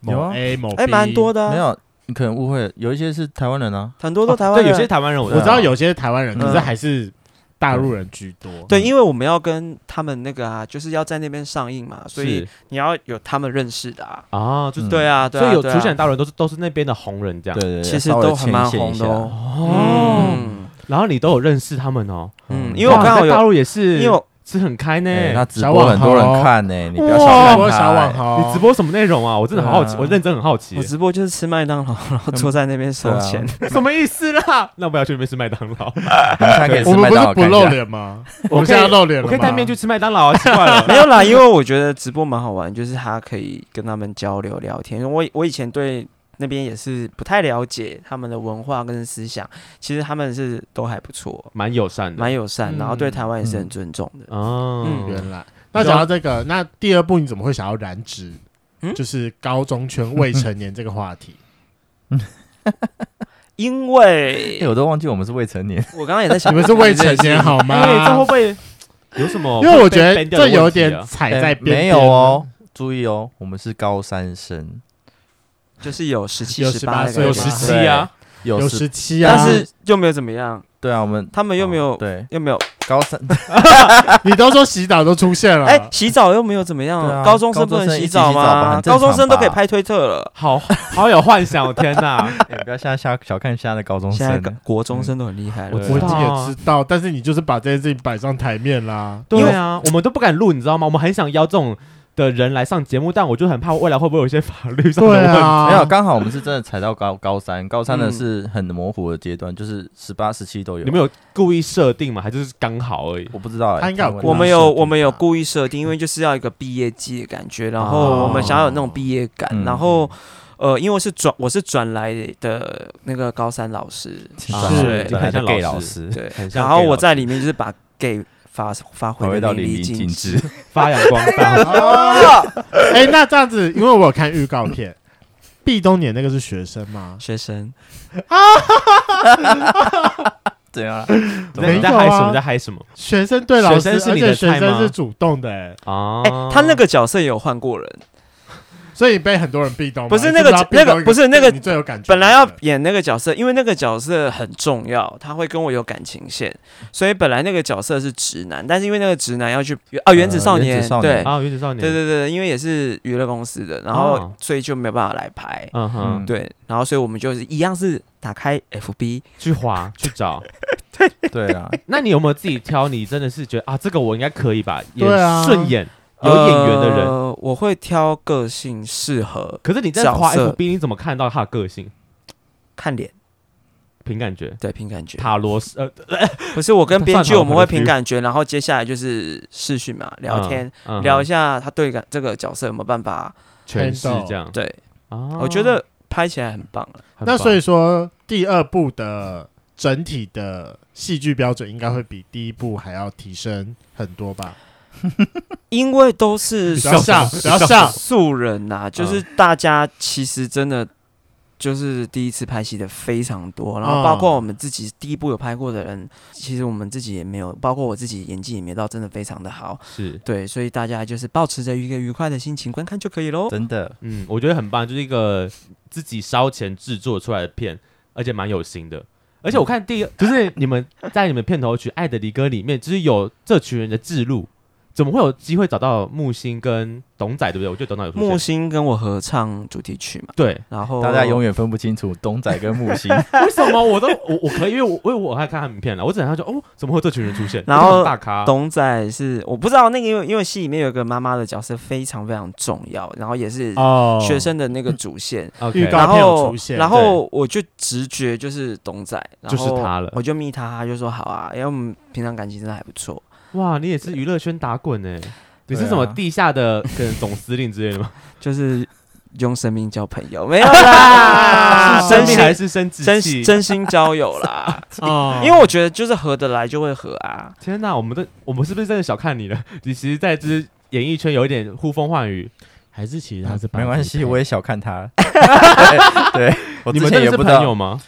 [SPEAKER 5] 有
[SPEAKER 1] 某
[SPEAKER 5] 啊
[SPEAKER 1] A 某 B。
[SPEAKER 6] 哎，蛮多的
[SPEAKER 5] 没
[SPEAKER 6] 啊，
[SPEAKER 5] 有，你可能误会了，有一些是台湾人啊。
[SPEAKER 6] 很多都台湾
[SPEAKER 2] 对
[SPEAKER 6] 人
[SPEAKER 2] 有些台湾人我
[SPEAKER 1] 我知道有些是台湾人，
[SPEAKER 5] 嗯
[SPEAKER 1] 可是还是大陆人居多。
[SPEAKER 6] 对，因为我们要跟他们那个啊，就是要在那边上映嘛，所以
[SPEAKER 2] 是
[SPEAKER 6] 你要有他们认识的啊。
[SPEAKER 2] 啊，就
[SPEAKER 5] 嗯
[SPEAKER 6] 对啊，对
[SPEAKER 2] 所
[SPEAKER 6] 啊，
[SPEAKER 2] 以有
[SPEAKER 6] 对
[SPEAKER 2] 出
[SPEAKER 6] 啊
[SPEAKER 2] 现的大陆人都是都是那边的红人这
[SPEAKER 5] 对
[SPEAKER 2] 样
[SPEAKER 5] 对对，
[SPEAKER 6] 其实
[SPEAKER 5] 稍微
[SPEAKER 6] 都很蛮
[SPEAKER 5] 牵线一
[SPEAKER 6] 红的
[SPEAKER 5] 下
[SPEAKER 6] 哦。
[SPEAKER 2] 哦，
[SPEAKER 6] 嗯
[SPEAKER 2] 然后你都有认识他们哦，
[SPEAKER 6] 嗯，
[SPEAKER 5] 嗯
[SPEAKER 6] 因为我
[SPEAKER 2] 哇
[SPEAKER 6] 刚好
[SPEAKER 2] 在大
[SPEAKER 6] 有，
[SPEAKER 2] 陆也是，
[SPEAKER 6] 因为我
[SPEAKER 2] 吃很开呢
[SPEAKER 5] 哎，。他直
[SPEAKER 1] 小
[SPEAKER 5] 播
[SPEAKER 1] 网
[SPEAKER 5] 很多
[SPEAKER 1] 红哦
[SPEAKER 5] 人看呢，你不要小
[SPEAKER 1] 哇，
[SPEAKER 5] 看
[SPEAKER 1] 我
[SPEAKER 5] 他。
[SPEAKER 1] 啊小哦网
[SPEAKER 5] 哎
[SPEAKER 1] 红，
[SPEAKER 2] 啊你直播什么内容啊？我真的好好奇，
[SPEAKER 5] 对啊
[SPEAKER 2] 我认真很好奇
[SPEAKER 6] 我，直播就是吃麦当劳，然后坐在那边收
[SPEAKER 5] 对啊
[SPEAKER 6] 钱。
[SPEAKER 2] 什么意思啦？那我要去那边吃麦当 劳，
[SPEAKER 5] 哎 你们看可以吃
[SPEAKER 1] 我们
[SPEAKER 5] 麦
[SPEAKER 1] 不
[SPEAKER 5] 当
[SPEAKER 1] 是
[SPEAKER 5] 劳
[SPEAKER 1] 不
[SPEAKER 5] 看一
[SPEAKER 1] 露
[SPEAKER 5] 下
[SPEAKER 1] 脸吗？我
[SPEAKER 2] 啊我
[SPEAKER 1] 们
[SPEAKER 2] 可
[SPEAKER 1] 现
[SPEAKER 2] 以
[SPEAKER 1] 在露脸了吗，
[SPEAKER 2] 我可以戴面具吃麦当劳啊，奇怪了。
[SPEAKER 6] 没有啦，因为我觉得直播蛮好玩，就是他可以跟他们交流聊天。因为我我以前对那边也是不太了解他们的文化跟思想，其实他们是都还不错，
[SPEAKER 2] 蛮友善的，
[SPEAKER 6] 蛮友善，然后对台湾也是很
[SPEAKER 5] 嗯
[SPEAKER 6] 尊重的。
[SPEAKER 2] 哦，
[SPEAKER 6] 嗯
[SPEAKER 1] 原来，那讲到这个，
[SPEAKER 2] 嗯
[SPEAKER 1] 那第二步你怎么会想要染指？
[SPEAKER 6] 嗯
[SPEAKER 1] 就是高中圈未成年这个话 题，
[SPEAKER 6] 因为
[SPEAKER 5] 哎，我都忘记我们是未成年。
[SPEAKER 6] 我刚刚也在想，
[SPEAKER 1] 你们是未成年好
[SPEAKER 2] 哎，这会
[SPEAKER 1] 吗
[SPEAKER 2] 不？会有什么
[SPEAKER 1] 因
[SPEAKER 2] 被？
[SPEAKER 1] 为我觉得
[SPEAKER 2] 被 ban 掉
[SPEAKER 1] 这
[SPEAKER 2] 的
[SPEAKER 1] 有
[SPEAKER 2] 问题
[SPEAKER 1] 点
[SPEAKER 2] 啊
[SPEAKER 1] 踩
[SPEAKER 5] 哎
[SPEAKER 1] 在边，
[SPEAKER 5] 没有哦，，注意哦，我们是高三生，
[SPEAKER 6] 就是有十七
[SPEAKER 1] 有、
[SPEAKER 6] 十
[SPEAKER 1] 18
[SPEAKER 6] 八，
[SPEAKER 1] 岁
[SPEAKER 2] 有
[SPEAKER 1] 对
[SPEAKER 2] 十
[SPEAKER 1] 17
[SPEAKER 2] 七啊，
[SPEAKER 5] 有
[SPEAKER 1] 有
[SPEAKER 5] 时
[SPEAKER 1] 十七啊，
[SPEAKER 6] 但是又没有怎么样，
[SPEAKER 5] 对啊，我们
[SPEAKER 6] 他们又没有。
[SPEAKER 5] 对
[SPEAKER 6] 又没有，
[SPEAKER 5] 高三
[SPEAKER 1] 你都说洗澡都出现了，
[SPEAKER 6] 哎、洗澡又没有怎么样，
[SPEAKER 5] 对啊
[SPEAKER 6] 高中生不
[SPEAKER 5] 高中
[SPEAKER 6] 能
[SPEAKER 5] 生一
[SPEAKER 6] 洗
[SPEAKER 5] 起洗澡吧
[SPEAKER 6] 吗？
[SPEAKER 5] 很正
[SPEAKER 6] 高
[SPEAKER 5] 常
[SPEAKER 6] 中生都
[SPEAKER 5] 吧
[SPEAKER 6] 可以拍推特了，
[SPEAKER 2] 好好有幻想，天哪！
[SPEAKER 5] 哎不要吓吓小看现在的高中
[SPEAKER 6] 现在
[SPEAKER 5] 生，啊
[SPEAKER 6] 高国中生都很厉害了。
[SPEAKER 2] 我
[SPEAKER 1] 我
[SPEAKER 2] 知道
[SPEAKER 1] 也
[SPEAKER 2] 啊
[SPEAKER 1] 知道，但是你就是把这件事情摆上台面啦。
[SPEAKER 2] 对啊，我们都不敢录，你知道吗？我们很想邀这种的人来上节目，但我就很怕未来会不会有一些法律上的
[SPEAKER 1] 对
[SPEAKER 2] 问题。
[SPEAKER 1] 啊，
[SPEAKER 5] 没有，刚好我们是真的踩到高高三，高三的
[SPEAKER 6] 嗯
[SPEAKER 5] 是很模糊的阶段，就是十八、十七都有
[SPEAKER 2] 你。们有故意设定吗？还是刚好而已？
[SPEAKER 5] 我不知道欸，
[SPEAKER 1] 他应该有
[SPEAKER 5] 们
[SPEAKER 1] 故意
[SPEAKER 6] 我们
[SPEAKER 1] 设
[SPEAKER 6] 有
[SPEAKER 1] 定
[SPEAKER 6] 我们有
[SPEAKER 1] 吧
[SPEAKER 6] 故意设定，因为就是要一个毕业季的感觉，然后我们想要有那种毕业感，
[SPEAKER 5] 哦嗯
[SPEAKER 6] 然后呃，因为是转我是转来的那个高三老师，
[SPEAKER 2] 是
[SPEAKER 5] 对
[SPEAKER 2] 你很像
[SPEAKER 5] gay
[SPEAKER 2] 老
[SPEAKER 5] 老
[SPEAKER 2] 师
[SPEAKER 5] 师，
[SPEAKER 6] 对
[SPEAKER 2] 很，像
[SPEAKER 6] 然后
[SPEAKER 2] gay 老
[SPEAKER 6] 我
[SPEAKER 2] 师
[SPEAKER 6] 在里面就是把 gay 发发
[SPEAKER 5] 发
[SPEAKER 6] 挥
[SPEAKER 5] 挥到
[SPEAKER 6] 的
[SPEAKER 5] 淋
[SPEAKER 6] 淋
[SPEAKER 5] 漓
[SPEAKER 6] 尽
[SPEAKER 5] 尽
[SPEAKER 6] 致
[SPEAKER 5] 致。。
[SPEAKER 2] 发扬光 大，
[SPEAKER 1] 啊 哎，那这样子，因为我有看预告片，毕东年那个是学生吗？
[SPEAKER 6] 学生，
[SPEAKER 5] 对啊，
[SPEAKER 2] 你
[SPEAKER 1] 没
[SPEAKER 2] 在
[SPEAKER 1] 有
[SPEAKER 2] 你在嗨什
[SPEAKER 1] 啊
[SPEAKER 2] 么？你在嗨什么
[SPEAKER 1] 学生对老师，
[SPEAKER 2] 学生是
[SPEAKER 1] 而
[SPEAKER 2] 你的
[SPEAKER 1] 且学
[SPEAKER 2] 菜吗
[SPEAKER 5] 哦
[SPEAKER 1] 生是主动的，哎
[SPEAKER 2] 啊
[SPEAKER 6] 哎、？他那个角色也有换过人，
[SPEAKER 1] 所以被很多人壁咚吗。
[SPEAKER 6] 不是
[SPEAKER 1] 你
[SPEAKER 6] 那个
[SPEAKER 1] 知道壁
[SPEAKER 6] 那个
[SPEAKER 1] 咚一
[SPEAKER 6] 不是那个
[SPEAKER 1] 你最有感觉。
[SPEAKER 6] 本来要演那个角色，因为那个角色很重要，他会跟我有感情线，所以本来那个角色是直男，但是因为那个直男要去啊原子少年，
[SPEAKER 5] 呃原子少
[SPEAKER 6] 对
[SPEAKER 5] 年
[SPEAKER 2] 啊，原子少年，
[SPEAKER 6] 对对对，因为也是娱乐公司的，然后、
[SPEAKER 2] 哦
[SPEAKER 6] 所以就没有办法来拍，
[SPEAKER 2] 嗯哼
[SPEAKER 5] 嗯，
[SPEAKER 6] 对，然后所以我们就是一样是打开 FB，
[SPEAKER 2] 去滑去找。
[SPEAKER 5] 对啊，
[SPEAKER 2] 那你有没有自己挑？你真的是觉得啊，这个我应该可以吧？也
[SPEAKER 1] 对啊
[SPEAKER 2] 顺眼，有眼缘的人。
[SPEAKER 6] 呃我会挑个性适合，
[SPEAKER 2] 可是你在滑
[SPEAKER 6] 角色
[SPEAKER 2] FB，你怎么看到他的个性？
[SPEAKER 6] 看脸，
[SPEAKER 2] 凭感觉，
[SPEAKER 6] 对，凭感觉。
[SPEAKER 2] 塔罗斯呃
[SPEAKER 6] 不是我跟编
[SPEAKER 2] 算
[SPEAKER 6] 剧，
[SPEAKER 2] 塔罗
[SPEAKER 6] 我们会
[SPEAKER 2] 牌的
[SPEAKER 6] 凭感觉，然后接下来就是视讯嘛，聊天，
[SPEAKER 2] 嗯
[SPEAKER 6] 聊一
[SPEAKER 2] 嗯
[SPEAKER 6] 下他对感这个角色有没有办法，
[SPEAKER 2] 诠释这样。
[SPEAKER 6] 对。
[SPEAKER 2] 啊，
[SPEAKER 6] 我觉得拍起来很棒啊了。
[SPEAKER 2] 很
[SPEAKER 1] 那
[SPEAKER 2] 棒
[SPEAKER 1] 所以说，第二部的整体的戏剧标准应该会比第一部还要提升很多吧？
[SPEAKER 6] 因为都是
[SPEAKER 1] 不要笑，不要笑。
[SPEAKER 6] 素人
[SPEAKER 5] 嗯
[SPEAKER 6] 呐、就是大家其实真的就是第一次拍戏的非常多，然后
[SPEAKER 5] 嗯
[SPEAKER 6] 包括我们自己第一部有拍过的人，其实我们自己也没有，包括我自己演技也没到真的非常的好，
[SPEAKER 2] 是
[SPEAKER 6] 对，所以大家就是保持着一个愉快的心情观看就可以喽。
[SPEAKER 5] 真的，
[SPEAKER 2] 嗯，我觉得很棒，就是一个自己烧钱制作出来的片，而且蛮有心的。而且我看第一，就是你们 在你们片头曲《爱的离歌》里面，就是有这群人的记录，怎么会有机会找到木星跟董仔，对不对？我觉得董仔有出现
[SPEAKER 6] 木星跟我合唱主题曲嘛，
[SPEAKER 2] 对，
[SPEAKER 6] 然后
[SPEAKER 5] 大家永远分不清楚东仔跟木星。
[SPEAKER 2] 为什么我都我我可以，因为我因为我还看他们影片了，我只能说哦，怎么会有这群人出现？
[SPEAKER 6] 然后
[SPEAKER 2] 这种大咖
[SPEAKER 6] 董仔是我不知道那个，因为因为戏里面有一个妈妈的角色非常非常重要，然后也是
[SPEAKER 1] 哦
[SPEAKER 6] 学生的那个主线。
[SPEAKER 2] OK，
[SPEAKER 1] 预告
[SPEAKER 6] 然
[SPEAKER 1] 片有
[SPEAKER 6] 后
[SPEAKER 1] 出现
[SPEAKER 6] 然后我就直觉就是董仔，然后
[SPEAKER 2] 就是他了
[SPEAKER 6] 我就密他，他就说好啊，因为我们平常感情真的还不错。
[SPEAKER 2] 哇，你也是娱乐圈打滚呢、你是
[SPEAKER 5] 对啊
[SPEAKER 2] 什么地下的可能总司令之类的吗？
[SPEAKER 6] 就是用生命交朋友，没有啦，
[SPEAKER 2] 是
[SPEAKER 6] 真
[SPEAKER 2] 生命还
[SPEAKER 6] 心
[SPEAKER 2] 是生殖
[SPEAKER 6] 真
[SPEAKER 2] 器？
[SPEAKER 6] 真心交友 啦，
[SPEAKER 1] 哦
[SPEAKER 6] 因为我觉得就是合得来就会合啊。
[SPEAKER 2] 天哪，我们的我们是不是真的小看你了？你其实在这演艺圈有一点呼风唤雨，
[SPEAKER 1] 还是其实他是
[SPEAKER 5] 没关系，我也小看他了。 对，对我
[SPEAKER 2] 你
[SPEAKER 5] 之
[SPEAKER 2] 们
[SPEAKER 5] 前
[SPEAKER 2] 真的
[SPEAKER 5] 也
[SPEAKER 2] 是
[SPEAKER 5] 不知
[SPEAKER 2] 朋友
[SPEAKER 5] 道，
[SPEAKER 2] 吗？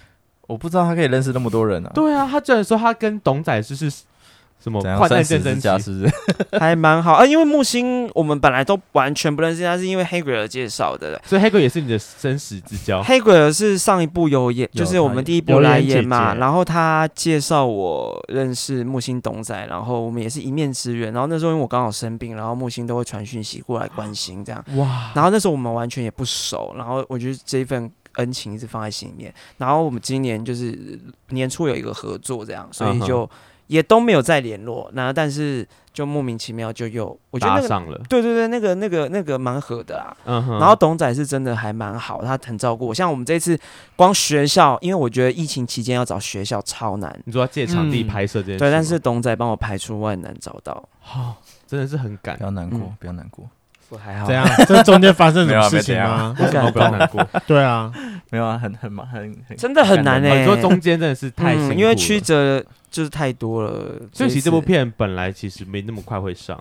[SPEAKER 5] 我不知道他可以认识那么多人啊。
[SPEAKER 2] 对哦啊，他居然说他跟董仔就是什么
[SPEAKER 5] 怎样
[SPEAKER 2] 患
[SPEAKER 5] 算
[SPEAKER 2] 难
[SPEAKER 5] 十
[SPEAKER 2] 健
[SPEAKER 5] 字
[SPEAKER 2] 身
[SPEAKER 5] 架
[SPEAKER 2] 期，
[SPEAKER 5] 是不是？
[SPEAKER 6] 还蛮好啊，因为木星我们本来都完全不认识他，是因为黑鬼儿介绍的。
[SPEAKER 2] 所以黑哥也是你的生死之交。
[SPEAKER 6] 黑鬼儿是上一部有演，
[SPEAKER 5] 有
[SPEAKER 6] 就是我们第一部
[SPEAKER 1] 有
[SPEAKER 6] 来
[SPEAKER 1] 演
[SPEAKER 6] 演嘛，
[SPEAKER 1] 姐姐
[SPEAKER 6] 然后他介绍我认识木星董仔，然后我们也是一面之缘。然后那时候因为我刚好生病，然后木星都会传讯息过来关心这样。
[SPEAKER 2] 哇，
[SPEAKER 6] 然后那时候我们完全也不熟，然后我觉得这一份恩情一直放在心里面。然后我们今年就是年初有一个合作，这样，所以
[SPEAKER 2] 嗯哼
[SPEAKER 6] 就也都没有再联络。那但是就莫名其妙就又，我觉得
[SPEAKER 2] 搭
[SPEAKER 6] 那个
[SPEAKER 2] 上了，
[SPEAKER 6] 对对对，那个那个那个蛮合的啊啦。
[SPEAKER 2] 嗯哼，
[SPEAKER 6] 然后董仔是真的还蛮好，他很照顾我。像我们这次光学校，因为我觉得疫情期间要找学校超难，
[SPEAKER 2] 你说要借场地
[SPEAKER 1] 嗯
[SPEAKER 2] 拍摄这件事吗，
[SPEAKER 6] 对，但是董仔帮我排除万难找到，
[SPEAKER 2] 好，真的是很感
[SPEAKER 5] 不要难过
[SPEAKER 6] 嗯，
[SPEAKER 5] 不要难过。
[SPEAKER 6] 我还好
[SPEAKER 1] 怎。样？这中间发生什么事情吗？
[SPEAKER 6] 很
[SPEAKER 2] 然后
[SPEAKER 6] 感
[SPEAKER 2] 哦不要
[SPEAKER 6] 动，
[SPEAKER 2] 难过。
[SPEAKER 1] 对啊，
[SPEAKER 5] 没有啊，很很忙，很很
[SPEAKER 6] 真的 很难
[SPEAKER 5] 感
[SPEAKER 6] 呢、
[SPEAKER 5] 动
[SPEAKER 2] 哦你说中间真的是太辛苦
[SPEAKER 6] 嗯，
[SPEAKER 2] 了
[SPEAKER 6] 因为曲，折就是太多了。
[SPEAKER 2] 所以其实这部
[SPEAKER 6] 一次
[SPEAKER 2] 片本来其实没那么快会上，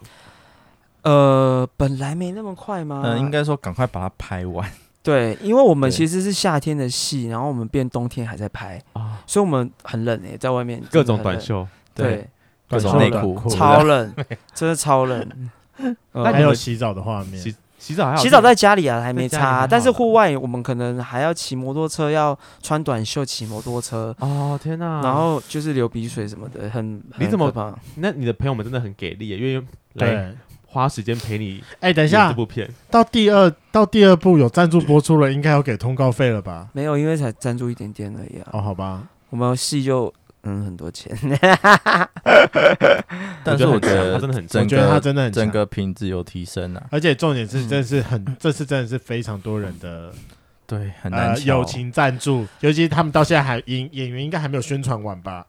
[SPEAKER 6] 呃，本来没那么快吗？
[SPEAKER 5] 嗯，应该说赶快把它拍完。
[SPEAKER 6] 对，因为我们
[SPEAKER 5] 对
[SPEAKER 6] 其实是夏天的戏，然后我们变冬天还在拍
[SPEAKER 2] 啊
[SPEAKER 6] 所以我们很冷诶、在外面
[SPEAKER 2] 各
[SPEAKER 6] 真的
[SPEAKER 2] 种
[SPEAKER 6] 很
[SPEAKER 2] 短
[SPEAKER 6] 冷，
[SPEAKER 2] 袖，
[SPEAKER 6] 对，
[SPEAKER 5] 各种
[SPEAKER 1] 短袖
[SPEAKER 5] 内裤啊
[SPEAKER 1] 短
[SPEAKER 6] 超 冷，真的超冷。
[SPEAKER 2] 那
[SPEAKER 1] 还
[SPEAKER 6] 呃
[SPEAKER 1] 有洗澡的画面，
[SPEAKER 2] 洗洗澡还好
[SPEAKER 6] 洗澡在家里啊，还没
[SPEAKER 2] 在家里还好
[SPEAKER 6] 擦，但是户外我们可能还要骑摩托车，要穿短袖骑摩托车，
[SPEAKER 2] 哦天哪，
[SPEAKER 6] 然后就是流鼻水什么的，很
[SPEAKER 2] 你怎么？
[SPEAKER 6] 很可怕
[SPEAKER 2] 那你的朋友们真的很给力耶，因为来
[SPEAKER 1] 对。
[SPEAKER 2] 花时间陪你
[SPEAKER 1] 哎，等一
[SPEAKER 2] 演
[SPEAKER 1] 下
[SPEAKER 2] 这，部片，
[SPEAKER 1] 到第二到第二部有赞助播出了，应该要给通告费了吧？
[SPEAKER 6] 没有，因为才赞助一点点而已啊。
[SPEAKER 1] 哦，好吧，
[SPEAKER 6] 我们戏就嗯很 多钱，
[SPEAKER 5] 但是
[SPEAKER 2] 我
[SPEAKER 5] 我
[SPEAKER 2] 觉
[SPEAKER 5] 觉
[SPEAKER 2] 得
[SPEAKER 5] 得
[SPEAKER 2] 很
[SPEAKER 1] 我
[SPEAKER 2] 强他真的很强
[SPEAKER 5] 整
[SPEAKER 1] 觉得他
[SPEAKER 5] 个
[SPEAKER 1] 真的很
[SPEAKER 5] 整
[SPEAKER 1] 强，
[SPEAKER 5] 个品质有提升啊。
[SPEAKER 1] 而且重点是，真是很，这次真的是非常多人的
[SPEAKER 5] 对，很难
[SPEAKER 1] 呃
[SPEAKER 5] 瞧
[SPEAKER 1] 友情赞助，尤其他们到现在还演演员应该还没有宣传完吧？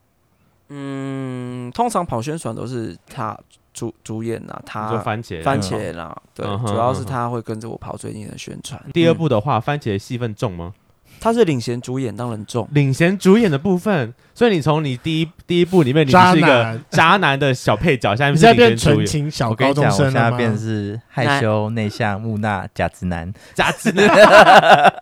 [SPEAKER 6] 嗯，通常跑宣传都是他主主演呐、啊，
[SPEAKER 2] 你说
[SPEAKER 6] 他
[SPEAKER 2] 番茄
[SPEAKER 6] 番茄啦，对，
[SPEAKER 2] 嗯哼
[SPEAKER 6] 主要是他会跟着我跑最近的宣传。
[SPEAKER 2] 第二
[SPEAKER 6] 嗯，
[SPEAKER 2] 部的话，番茄戏份重吗？
[SPEAKER 6] 他是领衔主演，当然重。
[SPEAKER 2] 领衔主演的部分，所以你从你第一第一部里面，你
[SPEAKER 1] 渣
[SPEAKER 2] 是一个
[SPEAKER 1] 男
[SPEAKER 2] 渣男的小配角，现在
[SPEAKER 1] 你现在
[SPEAKER 2] 是
[SPEAKER 1] 变
[SPEAKER 2] 变成
[SPEAKER 1] 纯情小
[SPEAKER 5] 我跟
[SPEAKER 1] 高
[SPEAKER 5] 你讲，
[SPEAKER 1] 中
[SPEAKER 5] 我
[SPEAKER 1] 生
[SPEAKER 5] 现
[SPEAKER 1] 了
[SPEAKER 5] 在
[SPEAKER 1] 吗？
[SPEAKER 5] 变是害羞、内向、木讷、假直男。
[SPEAKER 2] 渣子 男。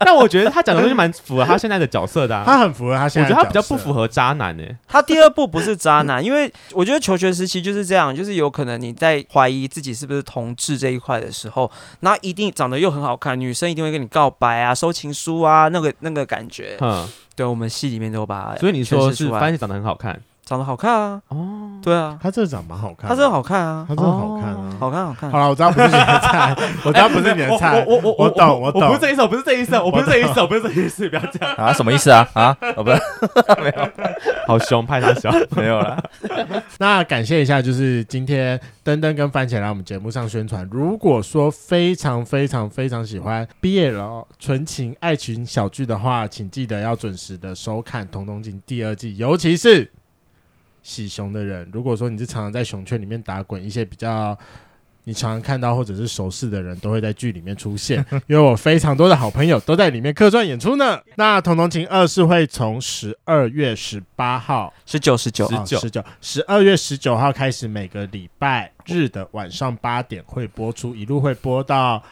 [SPEAKER 2] 但我觉得他讲的东西蛮符合他现在的角色的、啊，
[SPEAKER 1] 他很符合他
[SPEAKER 2] 我
[SPEAKER 1] 现
[SPEAKER 2] 觉
[SPEAKER 1] 在的角色，
[SPEAKER 2] 得他比较不符合渣男欸呢、
[SPEAKER 6] 他第二步不是渣男， 因为我觉得求学时期就是这样，就是有可能你在怀疑自己是不是同志这一块的时候，然后一定长得又很好看，女生一定会跟你告白啊、收情书啊，那个那个感 觉。
[SPEAKER 2] 嗯，
[SPEAKER 6] 对，我们戏里面都有把它
[SPEAKER 2] 所以你说
[SPEAKER 6] 诠释
[SPEAKER 2] 是
[SPEAKER 6] 出来
[SPEAKER 2] 番茄长得很好看
[SPEAKER 6] 长得好看啊，
[SPEAKER 2] 哦，
[SPEAKER 6] 对啊，
[SPEAKER 1] 他这长蛮好看
[SPEAKER 6] 他
[SPEAKER 1] 的，
[SPEAKER 6] 真的好看啊
[SPEAKER 1] 他，真的好看啊。
[SPEAKER 6] 好看好看
[SPEAKER 1] 好。了，我知道不是你的 菜，我知道不是你的菜，
[SPEAKER 2] 哎我我
[SPEAKER 1] 我懂我
[SPEAKER 2] 我
[SPEAKER 1] 懂
[SPEAKER 2] 不是这一首，不是这一首，我不是这一首，不是这一首，不要 这样，
[SPEAKER 5] 啊，什么意思啊？啊，哦，不是，
[SPEAKER 2] 好凶，拍他小。
[SPEAKER 5] 没有啦。
[SPEAKER 1] 那感谢一下，就是今天登登跟番茄来我们节目上宣传。如果说非常非常非常喜欢 BL 纯情爱情小剧的话，请记得要准时的收看《童童警》第二季，尤其是喜熊的人。如果说你是常常在熊圈里面打滚，一些比较。你常常看到或者是熟识的人都会在剧里面出现， 因为我非常多的好朋友都在里面客串演出呢。那《童童情二》是会从十二月十八号
[SPEAKER 6] 十九十九，
[SPEAKER 2] 19
[SPEAKER 1] 十九，十二月十九号开始，每个礼拜日的晚上八点会播出，一路会播到。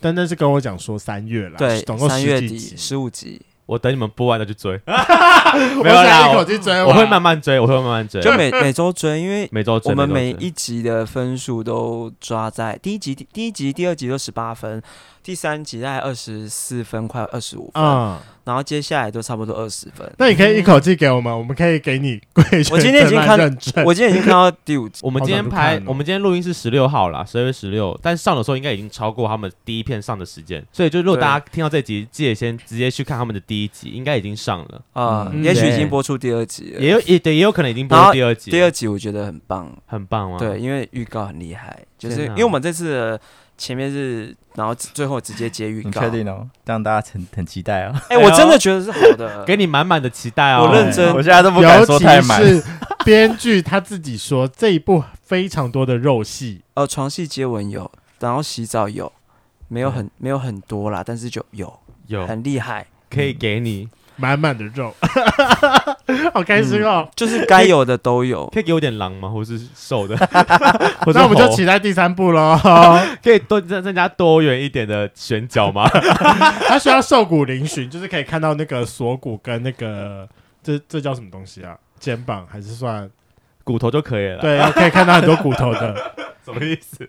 [SPEAKER 1] 丹丹是跟我讲说三月啦，
[SPEAKER 6] 对
[SPEAKER 1] 总，共
[SPEAKER 6] 三月
[SPEAKER 1] 十
[SPEAKER 6] 底
[SPEAKER 1] 几集，
[SPEAKER 6] 十五集，
[SPEAKER 2] 我等你们播完了去追，
[SPEAKER 1] 我
[SPEAKER 2] 没有啦
[SPEAKER 1] 想一口气追完，
[SPEAKER 2] 我会慢慢追，我会慢慢追，
[SPEAKER 6] 就每 每周追，因为
[SPEAKER 2] 每周追。
[SPEAKER 6] 我们
[SPEAKER 2] 周追
[SPEAKER 6] 每一集的分数都抓在第一集、第第一集、第二集都十八分，第三集大概二十四分，快二十五分，
[SPEAKER 1] 嗯，
[SPEAKER 6] 然后接下来都差不多二十分。
[SPEAKER 1] 那你可以一口气给我们，我们可以给你贵圈
[SPEAKER 6] 我今天已经
[SPEAKER 1] 专栏
[SPEAKER 6] 看
[SPEAKER 1] 认证，
[SPEAKER 6] 我今天已经看到第五集，
[SPEAKER 2] 我们今天
[SPEAKER 1] 好
[SPEAKER 2] 拍，
[SPEAKER 1] 想去看哦
[SPEAKER 2] 我们今天录音是十六号啦，十二月十六，但上的时候应该已经超过他们第一片上的时间，所以就如果
[SPEAKER 6] 对
[SPEAKER 2] 大家听到这集，记得先直接去看他们的第一集，应该已经上了，
[SPEAKER 6] 啊、
[SPEAKER 5] 嗯
[SPEAKER 6] 也许已
[SPEAKER 2] 对
[SPEAKER 6] 经播出第二集了。
[SPEAKER 2] 也有也对，也有可能已经播
[SPEAKER 6] 然
[SPEAKER 2] 了
[SPEAKER 6] 后
[SPEAKER 2] 第二集，
[SPEAKER 6] 第二集我觉得很棒，
[SPEAKER 2] 很棒啊，，
[SPEAKER 6] 对，因为预告很厉害，就是
[SPEAKER 2] 天哪
[SPEAKER 6] 因为我们这次的前面是，然后最后直接接预
[SPEAKER 5] 你
[SPEAKER 6] 告。
[SPEAKER 5] 确定哦？这样大家很很期待哦。
[SPEAKER 6] 哎、我真的觉得是好的。
[SPEAKER 2] 给你满满的期待哦，
[SPEAKER 6] 我认真
[SPEAKER 5] 我现在都不 敢
[SPEAKER 1] 尤
[SPEAKER 5] 说
[SPEAKER 1] 其
[SPEAKER 5] 太满。
[SPEAKER 1] 是编剧他自己说这一部非常多的肉戏，
[SPEAKER 6] 呃，床戏接吻有，然后洗澡有，没有很、没有很多啦，但是就有，
[SPEAKER 2] 有
[SPEAKER 6] 很厉害。
[SPEAKER 2] 可以给你，
[SPEAKER 1] 满满的肉， 好开心哦！
[SPEAKER 6] 就是该有的都有。
[SPEAKER 2] 可以给我点狼吗？或是瘦的，
[SPEAKER 6] 嗯
[SPEAKER 2] 或是
[SPEAKER 1] 那我们就
[SPEAKER 2] 猴
[SPEAKER 1] 期待第三部喽。
[SPEAKER 2] 可以多增增加多元一点的选角 吗？
[SPEAKER 1] 他需要瘦骨嶙峋，就是可以看到那个锁骨跟那个这这叫什么东西啊？肩膀还是算
[SPEAKER 2] 骨头就可以了，，
[SPEAKER 1] 对，可以看到很多骨头 的。
[SPEAKER 2] 什么意思？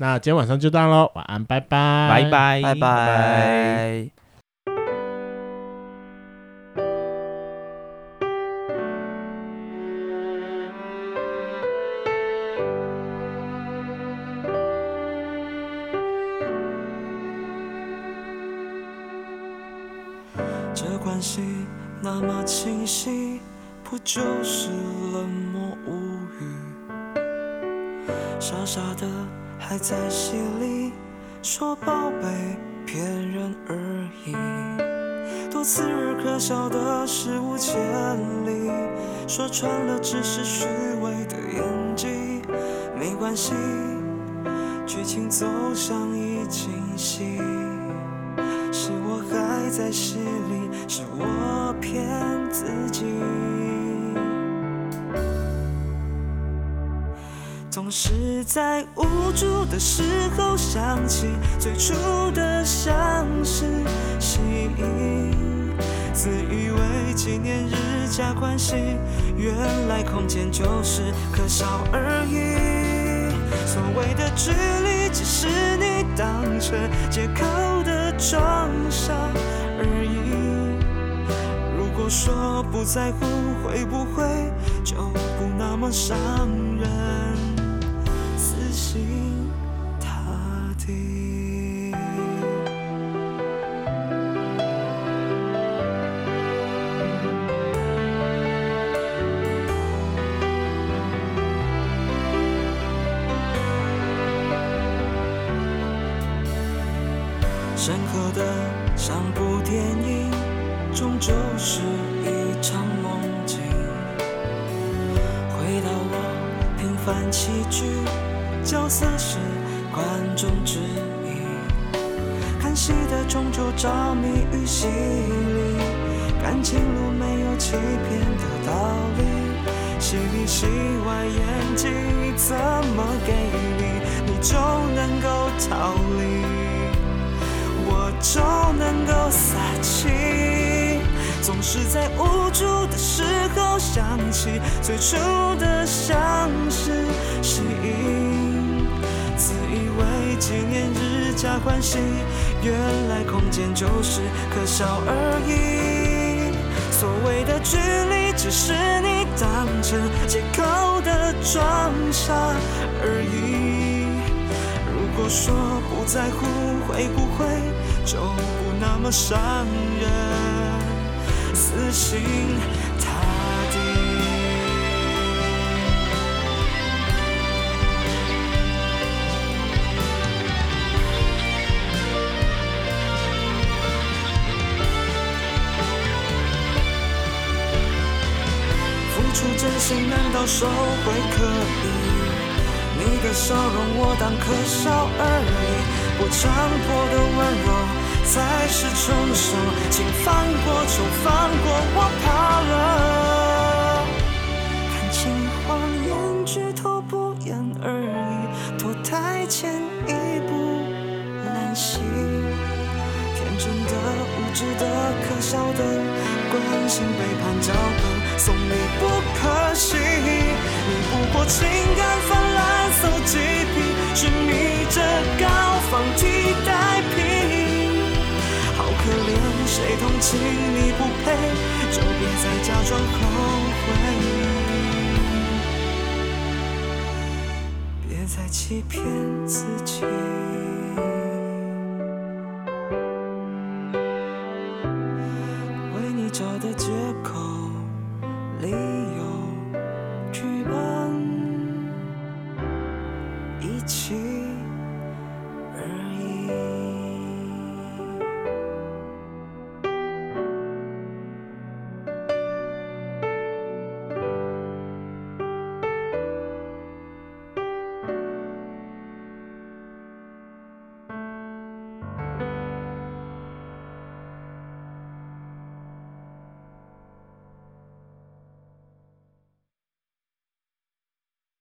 [SPEAKER 1] 那今天晚上就这样喽，晚安，拜拜，
[SPEAKER 2] 拜 拜，
[SPEAKER 6] 拜拜。
[SPEAKER 3] 这关系那么清晰，不就是冷漠无语？傻傻的还在戏里说宝贝，骗人而已。多刺耳可笑的事无千里，说穿了只是虚伪的演技，没关系，剧情走向已清晰。是我还在戏里，是我骗自己。总是在无助的时候想起最初的相识吸引，自以为纪念日加关系，原来空间就是可少而已。所谓的距离，只是你当成借口的装傻而已。如果说不在乎，会不会就不那么伤人？死心塌地。的上部电影，终究是一场梦境。回到我平凡喜剧，角色是观众之一，看戏的终究着迷于戏里，感情路没有欺骗的道理。戏里戏外演技怎么给力，你就能够逃离，我就能够撒气。总是在无助的时候想起最初的相识是因，自以为纪念日加欢喜，原来空间就是可笑而已。所谓的距离，只是你当成借口的装傻而已。如果说不在乎，会不会就不那么伤人，死心塌地？付出真心，难道收回可以？你的笑容我当可笑而已，不强迫的温柔才是成熟，请放过就放过，我怕了。看情况，言剧透不言而已，脱胎前一步难行。天真的、无知的、可笑的，关心背叛脚本，送你不可惜。你不过情感泛滥，搜集癖，是你这高仿替代品。好可怜，谁同情你不配，就别再假装后悔，别再欺骗自己。为你找的借口里。